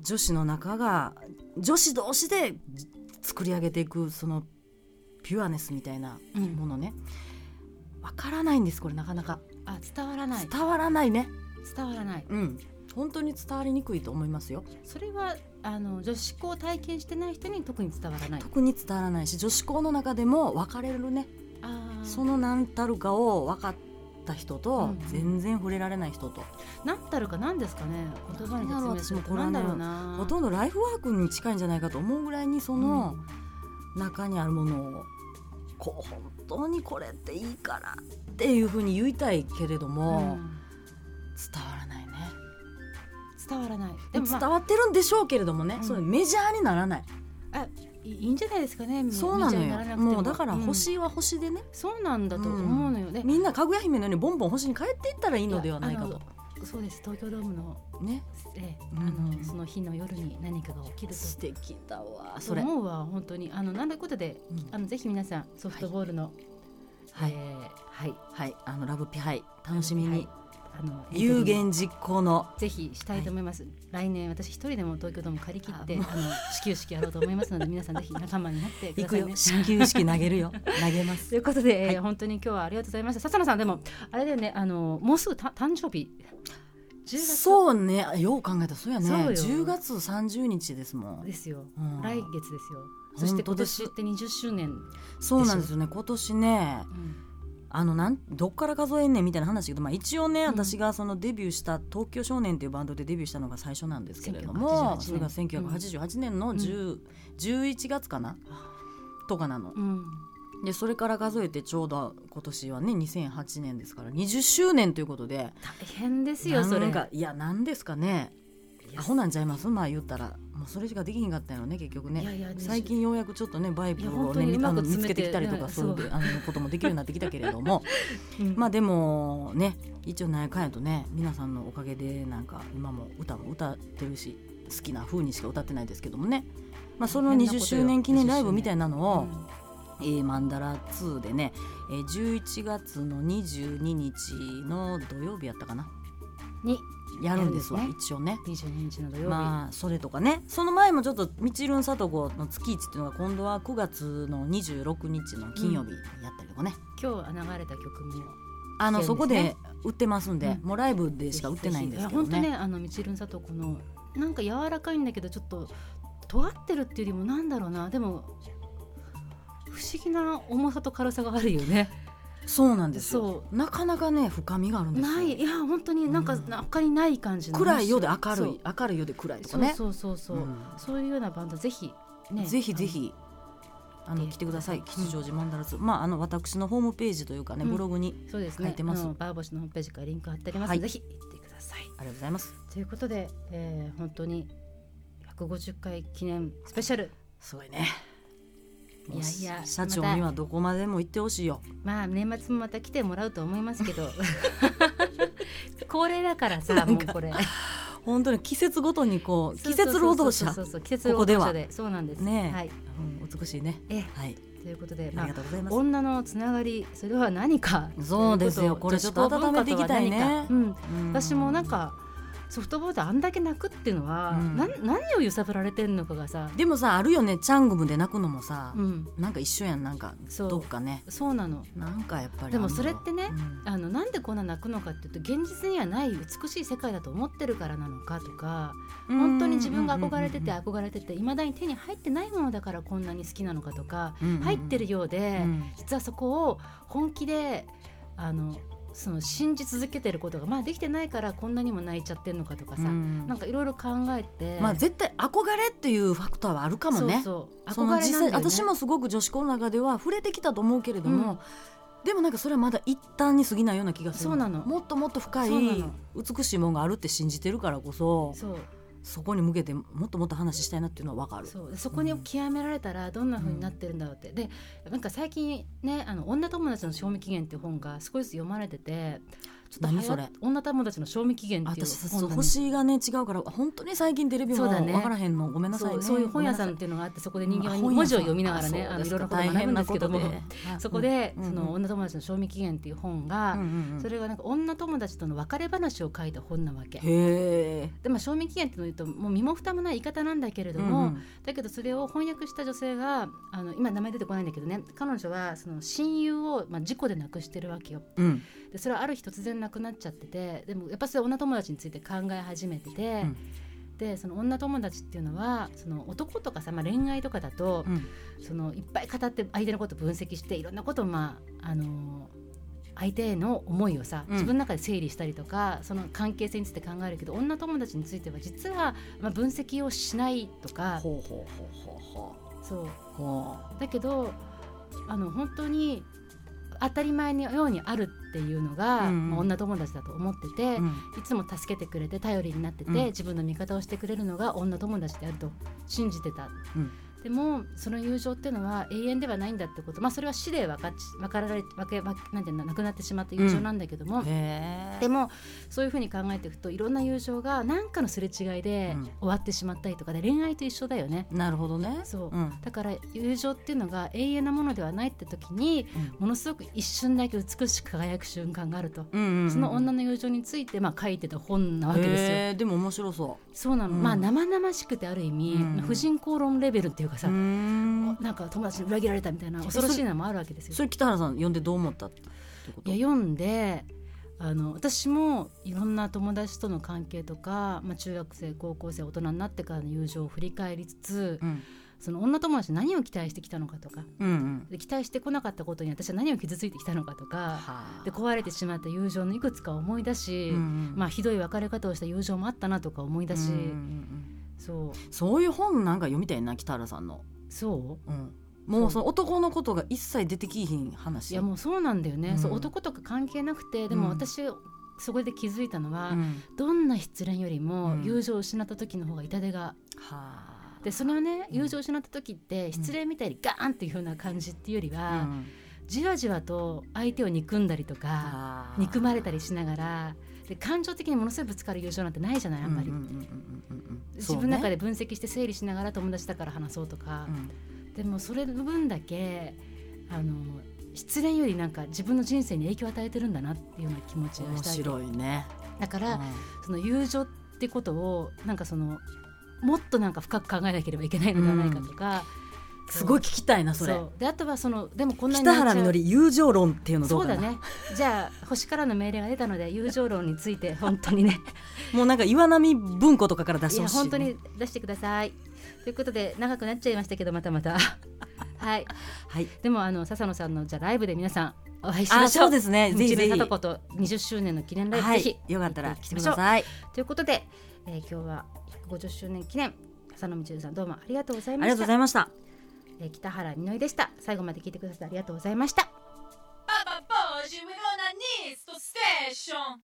[SPEAKER 3] 女子の中が女子同士で作り上げていくそのピュアネスみたいなものね、わからないんですこれなかなか
[SPEAKER 2] あ伝わらない
[SPEAKER 3] 伝わらないね、
[SPEAKER 2] 伝わらない
[SPEAKER 3] うん、本当に伝わりにくいと思いますよ
[SPEAKER 2] それはあの女子校を体験してない人に特に伝わらない
[SPEAKER 3] 特に伝わらないし女子校の中でも分かれるね
[SPEAKER 2] あ
[SPEAKER 3] そ
[SPEAKER 2] ー
[SPEAKER 3] の何たるかを分かった人
[SPEAKER 2] う
[SPEAKER 3] と
[SPEAKER 2] ん
[SPEAKER 3] 全然触れられない人と、
[SPEAKER 2] 何たるか何ですかね言葉に説明すると何
[SPEAKER 3] なんだ
[SPEAKER 2] だ
[SPEAKER 3] ろ
[SPEAKER 2] ろ
[SPEAKER 3] う
[SPEAKER 2] うな
[SPEAKER 3] ほとんどライフワークに近いんじゃないかと思うぐらいにその中にあるものをこう本当にこれっていいからっていうふうに言いたいけれど
[SPEAKER 2] う
[SPEAKER 3] も、
[SPEAKER 2] ん
[SPEAKER 3] 伝わらないね
[SPEAKER 2] 伝わらない
[SPEAKER 3] で
[SPEAKER 2] で
[SPEAKER 3] も
[SPEAKER 2] も、ま
[SPEAKER 3] 伝わってるんでしょうけれどもね、
[SPEAKER 2] うん
[SPEAKER 3] それメジャーにならない、
[SPEAKER 2] あ、あいいいんじゃないですかね
[SPEAKER 3] そうなの
[SPEAKER 2] メジャーに
[SPEAKER 3] よ
[SPEAKER 2] らなくて
[SPEAKER 3] もうだから
[SPEAKER 2] ん
[SPEAKER 3] 星は星でね、
[SPEAKER 2] そうなんだと思うのよね、
[SPEAKER 3] みんなかぐや姫のようにボンボン星に帰っていったらいいのではないか
[SPEAKER 2] いや
[SPEAKER 3] と
[SPEAKER 2] そうです東京ドームの,、
[SPEAKER 3] ね
[SPEAKER 2] ええ
[SPEAKER 3] うん
[SPEAKER 2] あのその日の夜に何かが起きると
[SPEAKER 3] 素敵だわそ
[SPEAKER 2] そ
[SPEAKER 3] れ、
[SPEAKER 2] 思うわ本当にあのなんだことで、
[SPEAKER 3] うん
[SPEAKER 2] あのぜひ皆さんソフトボールの、
[SPEAKER 3] はい
[SPEAKER 2] えーはい
[SPEAKER 3] はいあのラブピハイ楽しみに、
[SPEAKER 2] はいあのエントリ
[SPEAKER 3] 有
[SPEAKER 2] ー
[SPEAKER 3] 言実行の
[SPEAKER 2] ぜひしたいと思います、来年私一人でも東京ドーム借り切ってあの始球式やろうと思いますので皆さんぜひ仲間になってく
[SPEAKER 3] 行
[SPEAKER 2] ださ
[SPEAKER 3] く
[SPEAKER 2] い
[SPEAKER 3] よ
[SPEAKER 2] ね。
[SPEAKER 3] 始球式投げるよ投げます
[SPEAKER 2] ということで、えー
[SPEAKER 3] はい
[SPEAKER 2] 本当に今日はありがとうございました。笹野さんでもあれだよねあのもうすぐた誕生日10月
[SPEAKER 3] そうねよう考えたらそうやね
[SPEAKER 2] そうよ
[SPEAKER 3] 10月30日ですもん、
[SPEAKER 2] ですよ、
[SPEAKER 3] うん
[SPEAKER 2] 来月ですよ。そして今年って20周年、
[SPEAKER 3] そうなんですよね今年ね
[SPEAKER 2] うん
[SPEAKER 3] あのなんどっから数えんねんみたいな話だけど、まあ、一応ね、
[SPEAKER 2] うん
[SPEAKER 3] 私がそのデビューした東京少年というバンドでデビューしたのが最初なんですけれども
[SPEAKER 2] 1988
[SPEAKER 3] それが1988年の10、11月かなとかなの
[SPEAKER 2] うん
[SPEAKER 3] でそれから数えてちょうど今年はね2008年ですから20周年ということで
[SPEAKER 2] 大変ですよそ
[SPEAKER 3] な
[SPEAKER 2] れ
[SPEAKER 3] んかいやなんですかねアホなんちゃいますまあ言ったらもうそれしかできひんかったんやろね結局ね
[SPEAKER 2] いやいや
[SPEAKER 3] 最近ようやくちょっとねバイブ
[SPEAKER 2] いや
[SPEAKER 3] を
[SPEAKER 2] 本当
[SPEAKER 3] ね
[SPEAKER 2] にう
[SPEAKER 3] あ
[SPEAKER 2] まく
[SPEAKER 3] の見
[SPEAKER 2] 詰め
[SPEAKER 3] つけ
[SPEAKER 2] て
[SPEAKER 3] てきたりとか
[SPEAKER 2] ね
[SPEAKER 3] そういうあのこともできるようになってきたけれ どもまあでもね一応何やかんやとね皆さんのおかげでなんか今も歌も歌ってるし好きな風にしか歌ってないですけどもね、まあ、その
[SPEAKER 2] 大変なこ
[SPEAKER 3] 20
[SPEAKER 2] とよ
[SPEAKER 3] 周年記念ライブみたいなのを、
[SPEAKER 2] うん
[SPEAKER 3] えーマンダラ2でね、えー11月の22日の土曜日やったかな
[SPEAKER 2] に
[SPEAKER 3] やるんですわ
[SPEAKER 2] やるん
[SPEAKER 3] 一応ね。
[SPEAKER 2] 22日の土曜日、
[SPEAKER 3] まあそれとかねその前もちょっと「みちるんさとこの月一っていうのが今度は9月の26日の金曜日やったりとかね、
[SPEAKER 2] 今日流れた曲も
[SPEAKER 3] あの
[SPEAKER 2] そ
[SPEAKER 3] そうこ
[SPEAKER 2] ですね
[SPEAKER 3] で売ってますんで、
[SPEAKER 2] うん
[SPEAKER 3] もうライブでしか売ってないんですけど
[SPEAKER 2] いや本当
[SPEAKER 3] ね。
[SPEAKER 2] ねあのみちるんさとこのなんか柔らかいんだけどちょっと尖ってるっていうよりもなんだろうなでも不思議な重さと軽さがあるよね。
[SPEAKER 3] そうなんですよ
[SPEAKER 2] そ
[SPEAKER 3] なかなかね深みがあるんですよ
[SPEAKER 2] ないいや本当になんか、
[SPEAKER 3] うん
[SPEAKER 2] 他にない感じの
[SPEAKER 3] 暗いようで明
[SPEAKER 2] そ
[SPEAKER 3] るいう明るいようで暗いとかね
[SPEAKER 2] そうそうそうそう、
[SPEAKER 3] うん
[SPEAKER 2] そういうようなバンドぜひね
[SPEAKER 3] ぜひぜひあの
[SPEAKER 2] で
[SPEAKER 3] 来てください吉祥寺マンダラツ、まああの私のホームページというかね
[SPEAKER 2] うん
[SPEAKER 3] ブログに、
[SPEAKER 2] そうですね
[SPEAKER 3] 書いてます
[SPEAKER 2] あのバーボシのホームページからリンク貼ってありますので、
[SPEAKER 3] は
[SPEAKER 2] ぜ
[SPEAKER 3] い
[SPEAKER 2] ひ行ってください
[SPEAKER 3] ありがとうございます
[SPEAKER 2] ということで、えー、本当に150回記念スペシャル
[SPEAKER 3] すごいねもう
[SPEAKER 2] いやいや
[SPEAKER 3] 社長
[SPEAKER 2] また
[SPEAKER 3] にはどこまでも行ってほしいよ
[SPEAKER 2] まあ年末もまた来てもらうと思いますけ ど恒例だからさもうこれ
[SPEAKER 3] 本当に季節ごとにこう
[SPEAKER 2] そう
[SPEAKER 3] 季
[SPEAKER 2] そう
[SPEAKER 3] 節労働
[SPEAKER 2] そう
[SPEAKER 3] 者
[SPEAKER 2] そうそうそう季節労働者でそうなんです
[SPEAKER 3] ねえ
[SPEAKER 2] はい、
[SPEAKER 3] うん美しいね
[SPEAKER 2] え
[SPEAKER 3] はい
[SPEAKER 2] ということで、
[SPEAKER 3] あ
[SPEAKER 2] ま
[SPEAKER 3] りが
[SPEAKER 2] あ、
[SPEAKER 3] とうございます
[SPEAKER 2] 女のつながりそれは何か
[SPEAKER 3] そうですよ
[SPEAKER 2] とい
[SPEAKER 3] これちょっと温めていきたいね
[SPEAKER 2] 女子高文化とは何かうん
[SPEAKER 3] うん
[SPEAKER 2] 私もなんかソフトボールであんだけ泣くっていうのは、
[SPEAKER 3] うん
[SPEAKER 2] なん、何を揺さぶられてんのかがさ、
[SPEAKER 3] でもさあるよねチャングムで泣くのもさ、
[SPEAKER 2] うん、
[SPEAKER 3] なんか一緒やんなんか
[SPEAKER 2] そう
[SPEAKER 3] どっかね
[SPEAKER 2] そうなの
[SPEAKER 3] なんかやっぱり
[SPEAKER 2] でも
[SPEAKER 3] あんの
[SPEAKER 2] それってね
[SPEAKER 3] うん
[SPEAKER 2] あのなんでこんな泣くのかっていうと現実にはない美しい世界だと思ってるからなのかとか本当に自分が憧れてて憧れてていまだに手に入ってないものだからこんなに好きなのかとか
[SPEAKER 3] うんうんうん
[SPEAKER 2] 入ってるようで
[SPEAKER 3] うん
[SPEAKER 2] 実はそこを本気であのその信じ続けてることがまあできてないからこんなにも泣いちゃってんのかとかさ
[SPEAKER 3] うん
[SPEAKER 2] なんかいろいろ考えて
[SPEAKER 3] まあ絶対憧れっていうファクターはあるかもね
[SPEAKER 2] そうそ
[SPEAKER 3] そうの
[SPEAKER 2] 憧れ
[SPEAKER 3] 実
[SPEAKER 2] なんだよ
[SPEAKER 3] 際
[SPEAKER 2] ね
[SPEAKER 3] 私もすごく女子校の中では触れてきたと思うけれども、でもなんかそれはまだ一旦に過ぎないような気がする
[SPEAKER 2] そうなの
[SPEAKER 3] もっともっと深い
[SPEAKER 2] そうなの
[SPEAKER 3] 美しいものがあるって信じてるからこそ
[SPEAKER 2] そう
[SPEAKER 3] そこに向けてもっともっと話したいなっていうのは分かる
[SPEAKER 2] そうでそこに極められたらどんな風になってるんだろうって、でなんか最近ね「あの女友達の賞味期限」っていう本が少しずつ読まれててちょっと流行
[SPEAKER 3] 何それ
[SPEAKER 2] 女友達の賞味期限っていう
[SPEAKER 3] 私さそう
[SPEAKER 2] 本なの
[SPEAKER 3] 星がね違うから本当に最近テレビも
[SPEAKER 2] そうだね
[SPEAKER 3] 分からへんのごめんなさい
[SPEAKER 2] そ
[SPEAKER 3] ね
[SPEAKER 2] うそういう本屋さん
[SPEAKER 3] ごめ
[SPEAKER 2] っ
[SPEAKER 3] な
[SPEAKER 2] ていうのがあってそこで人間は
[SPEAKER 3] さい
[SPEAKER 2] 文字を読みながらね
[SPEAKER 3] あ
[SPEAKER 2] あの
[SPEAKER 3] 本屋
[SPEAKER 2] い
[SPEAKER 3] さ
[SPEAKER 2] ろ
[SPEAKER 3] ん
[SPEAKER 2] んな
[SPEAKER 3] あ
[SPEAKER 2] ことを学ぶんですけども
[SPEAKER 3] 大変なことで
[SPEAKER 2] そこで、
[SPEAKER 3] うん
[SPEAKER 2] そ
[SPEAKER 3] うん
[SPEAKER 2] の女友達の賞味期限っていう本が、
[SPEAKER 3] うんうんうん
[SPEAKER 2] それがなんか女友達との別れ話を書いた本なわけ。
[SPEAKER 3] へえ
[SPEAKER 2] でまあ、賞味期限っていうのを言うともう身も蓋もない言い方なんだけれども、だけどそれを翻訳した女性があの今名前出てこないんだけどね彼女はその親友を、まあ、事故で亡くしてるわけよ
[SPEAKER 3] うんうん
[SPEAKER 2] でそれはある日突然亡くなっちゃっててでもやっぱそれ女友達について考え始めてて、
[SPEAKER 3] うん
[SPEAKER 2] でその女友達っていうのはその男とかさ、まあ、恋愛とかだと
[SPEAKER 3] う、ん
[SPEAKER 2] そのいっぱい語って相手のこと分析していろんなことをまああの相手への思いをさ
[SPEAKER 3] うん
[SPEAKER 2] 自分の中で整理したりとか、その関係性について考えるけど女友達については実は、まあ、分析をしないとか
[SPEAKER 3] ほうほうほうほうほ
[SPEAKER 2] そう
[SPEAKER 3] うほ
[SPEAKER 2] だけどあの本当に当たり前のようにあるっていうのが、
[SPEAKER 3] うんうん
[SPEAKER 2] まあ女友達だと思ってて、
[SPEAKER 3] ううん
[SPEAKER 2] いつも助けてくれて頼りになってて、
[SPEAKER 3] うん
[SPEAKER 2] 自分の味方をしてくれるのが女友達であると信じてた、
[SPEAKER 3] うん
[SPEAKER 2] でもその友情っていうのは永遠ではないんだってことまあそれは死で分かち分かられ分け分けなんていうのなくなってしまった友情なんだけども、
[SPEAKER 3] へ
[SPEAKER 2] でもそういうふうに考えていくといろんな友情が何かのすれ違いで
[SPEAKER 3] うん
[SPEAKER 2] 終わってしまったりとかで恋愛と一緒だよね。
[SPEAKER 3] えなるほどね
[SPEAKER 2] そう
[SPEAKER 3] うん
[SPEAKER 2] だから友情っていうのが永遠なものではないって時にものすごく一瞬だけ美しく輝く瞬間があると、
[SPEAKER 3] うんうんうん
[SPEAKER 2] その女の友情についてまあ書いてた本なわけですよ。
[SPEAKER 3] へえでも面白そ
[SPEAKER 2] そうなの、
[SPEAKER 3] うん
[SPEAKER 2] まあ生々しくてある意味、
[SPEAKER 3] うん
[SPEAKER 2] 婦人公論レベルっていうか
[SPEAKER 3] う
[SPEAKER 2] さ、
[SPEAKER 3] うーん
[SPEAKER 2] なんか友達に裏切られたみたいな恐ろしいのもあるわけですよ
[SPEAKER 3] そ。れ北原さん呼んでどう思ったってこと
[SPEAKER 2] いや読んであの私もいろんな友達との関係とか、まあ、中学生高校生大人になってからの友情を振り返りつつ、
[SPEAKER 3] うん
[SPEAKER 2] その女友達に何を期待してきたのかとか
[SPEAKER 3] うんうん
[SPEAKER 2] で期待してこなかったことに私は何を傷ついてきたのかとか
[SPEAKER 3] はあ
[SPEAKER 2] で壊れてしまった友情のいくつかを思い出し、まあ、ひどい別れ方をした友情もあったなとか思い出し、
[SPEAKER 3] うんうんうん
[SPEAKER 2] そう
[SPEAKER 3] うんそういう本なんか読みたいな北原さんの、
[SPEAKER 2] そう
[SPEAKER 3] うん、もうその男のことが一切出てきひん話
[SPEAKER 2] いやもうそうなんだよね、
[SPEAKER 3] うん
[SPEAKER 2] そう男とか関係なくてでも
[SPEAKER 3] うん
[SPEAKER 2] 私、そこで気づいたのは、
[SPEAKER 3] うん
[SPEAKER 2] どんな失恋よりも
[SPEAKER 3] うん
[SPEAKER 2] 友情を失った時の方が痛手が、
[SPEAKER 3] はあ
[SPEAKER 2] でそれをね
[SPEAKER 3] うん
[SPEAKER 2] 友情を失った時って失恋みたいにガーンっていう風な感じっていうより
[SPEAKER 3] う
[SPEAKER 2] は、
[SPEAKER 3] ん
[SPEAKER 2] じわじわと相手を憎んだりとか、
[SPEAKER 3] あー
[SPEAKER 2] 憎まれたりしながらで感情的にものすごいぶつかる友情なんてないじゃないあんまり、
[SPEAKER 3] うんうんうんうんうんうん
[SPEAKER 2] 自分の中で
[SPEAKER 3] で、
[SPEAKER 2] 分析して整理しながら友達だから話そうとか
[SPEAKER 3] う、ん
[SPEAKER 2] でもそれの分だけあの失恋よりなんか自分の人生に影響を与えてるんだなっていうような気持ちが
[SPEAKER 3] 面
[SPEAKER 2] したわ
[SPEAKER 3] 白いね。
[SPEAKER 2] けだから、その友情ってことをなんかそのもっとなんか深く考えなければいけないのではないかとか、
[SPEAKER 3] うんすごい聞きたいなそれ
[SPEAKER 2] そ。うであとはそのでもこんなに
[SPEAKER 3] 北原みのり友情論っていうのど
[SPEAKER 2] そうう
[SPEAKER 3] か
[SPEAKER 2] だ
[SPEAKER 3] な。
[SPEAKER 2] ねじゃあ星からの命令が出たので友情論について本当にね
[SPEAKER 3] もうなんか岩波文庫とかから出し
[SPEAKER 2] い
[SPEAKER 3] てほ
[SPEAKER 2] や
[SPEAKER 3] しいね。
[SPEAKER 2] 本当に出してくださいということで長くなっちゃいましたけどまたま たはい
[SPEAKER 3] はい。
[SPEAKER 2] でもあの笹野さんのじゃあライブで皆さんお会いしま
[SPEAKER 3] あ
[SPEAKER 2] しょ
[SPEAKER 3] そううですね。ぜひ
[SPEAKER 2] 日
[SPEAKER 3] ぜ
[SPEAKER 2] 米
[SPEAKER 3] ひ。
[SPEAKER 2] 貞子と20周年の記念ライブ、
[SPEAKER 3] は
[SPEAKER 2] ぜ
[SPEAKER 3] い。
[SPEAKER 2] ひ
[SPEAKER 3] よかったら
[SPEAKER 2] 行
[SPEAKER 3] 来
[SPEAKER 2] き
[SPEAKER 3] て
[SPEAKER 2] ま
[SPEAKER 3] く
[SPEAKER 2] しょう
[SPEAKER 3] ださい。
[SPEAKER 2] ということで、えー、今日は150周年記念浅野道夫さんどうもありがとうござい
[SPEAKER 3] あ
[SPEAKER 2] ま
[SPEAKER 3] りがとう
[SPEAKER 2] し
[SPEAKER 3] ご
[SPEAKER 2] た
[SPEAKER 3] ざいました。
[SPEAKER 2] えー北原みのりでした最後まで聞いてくださってありがとうございました
[SPEAKER 1] Baba Boshi, we're on our knees to station.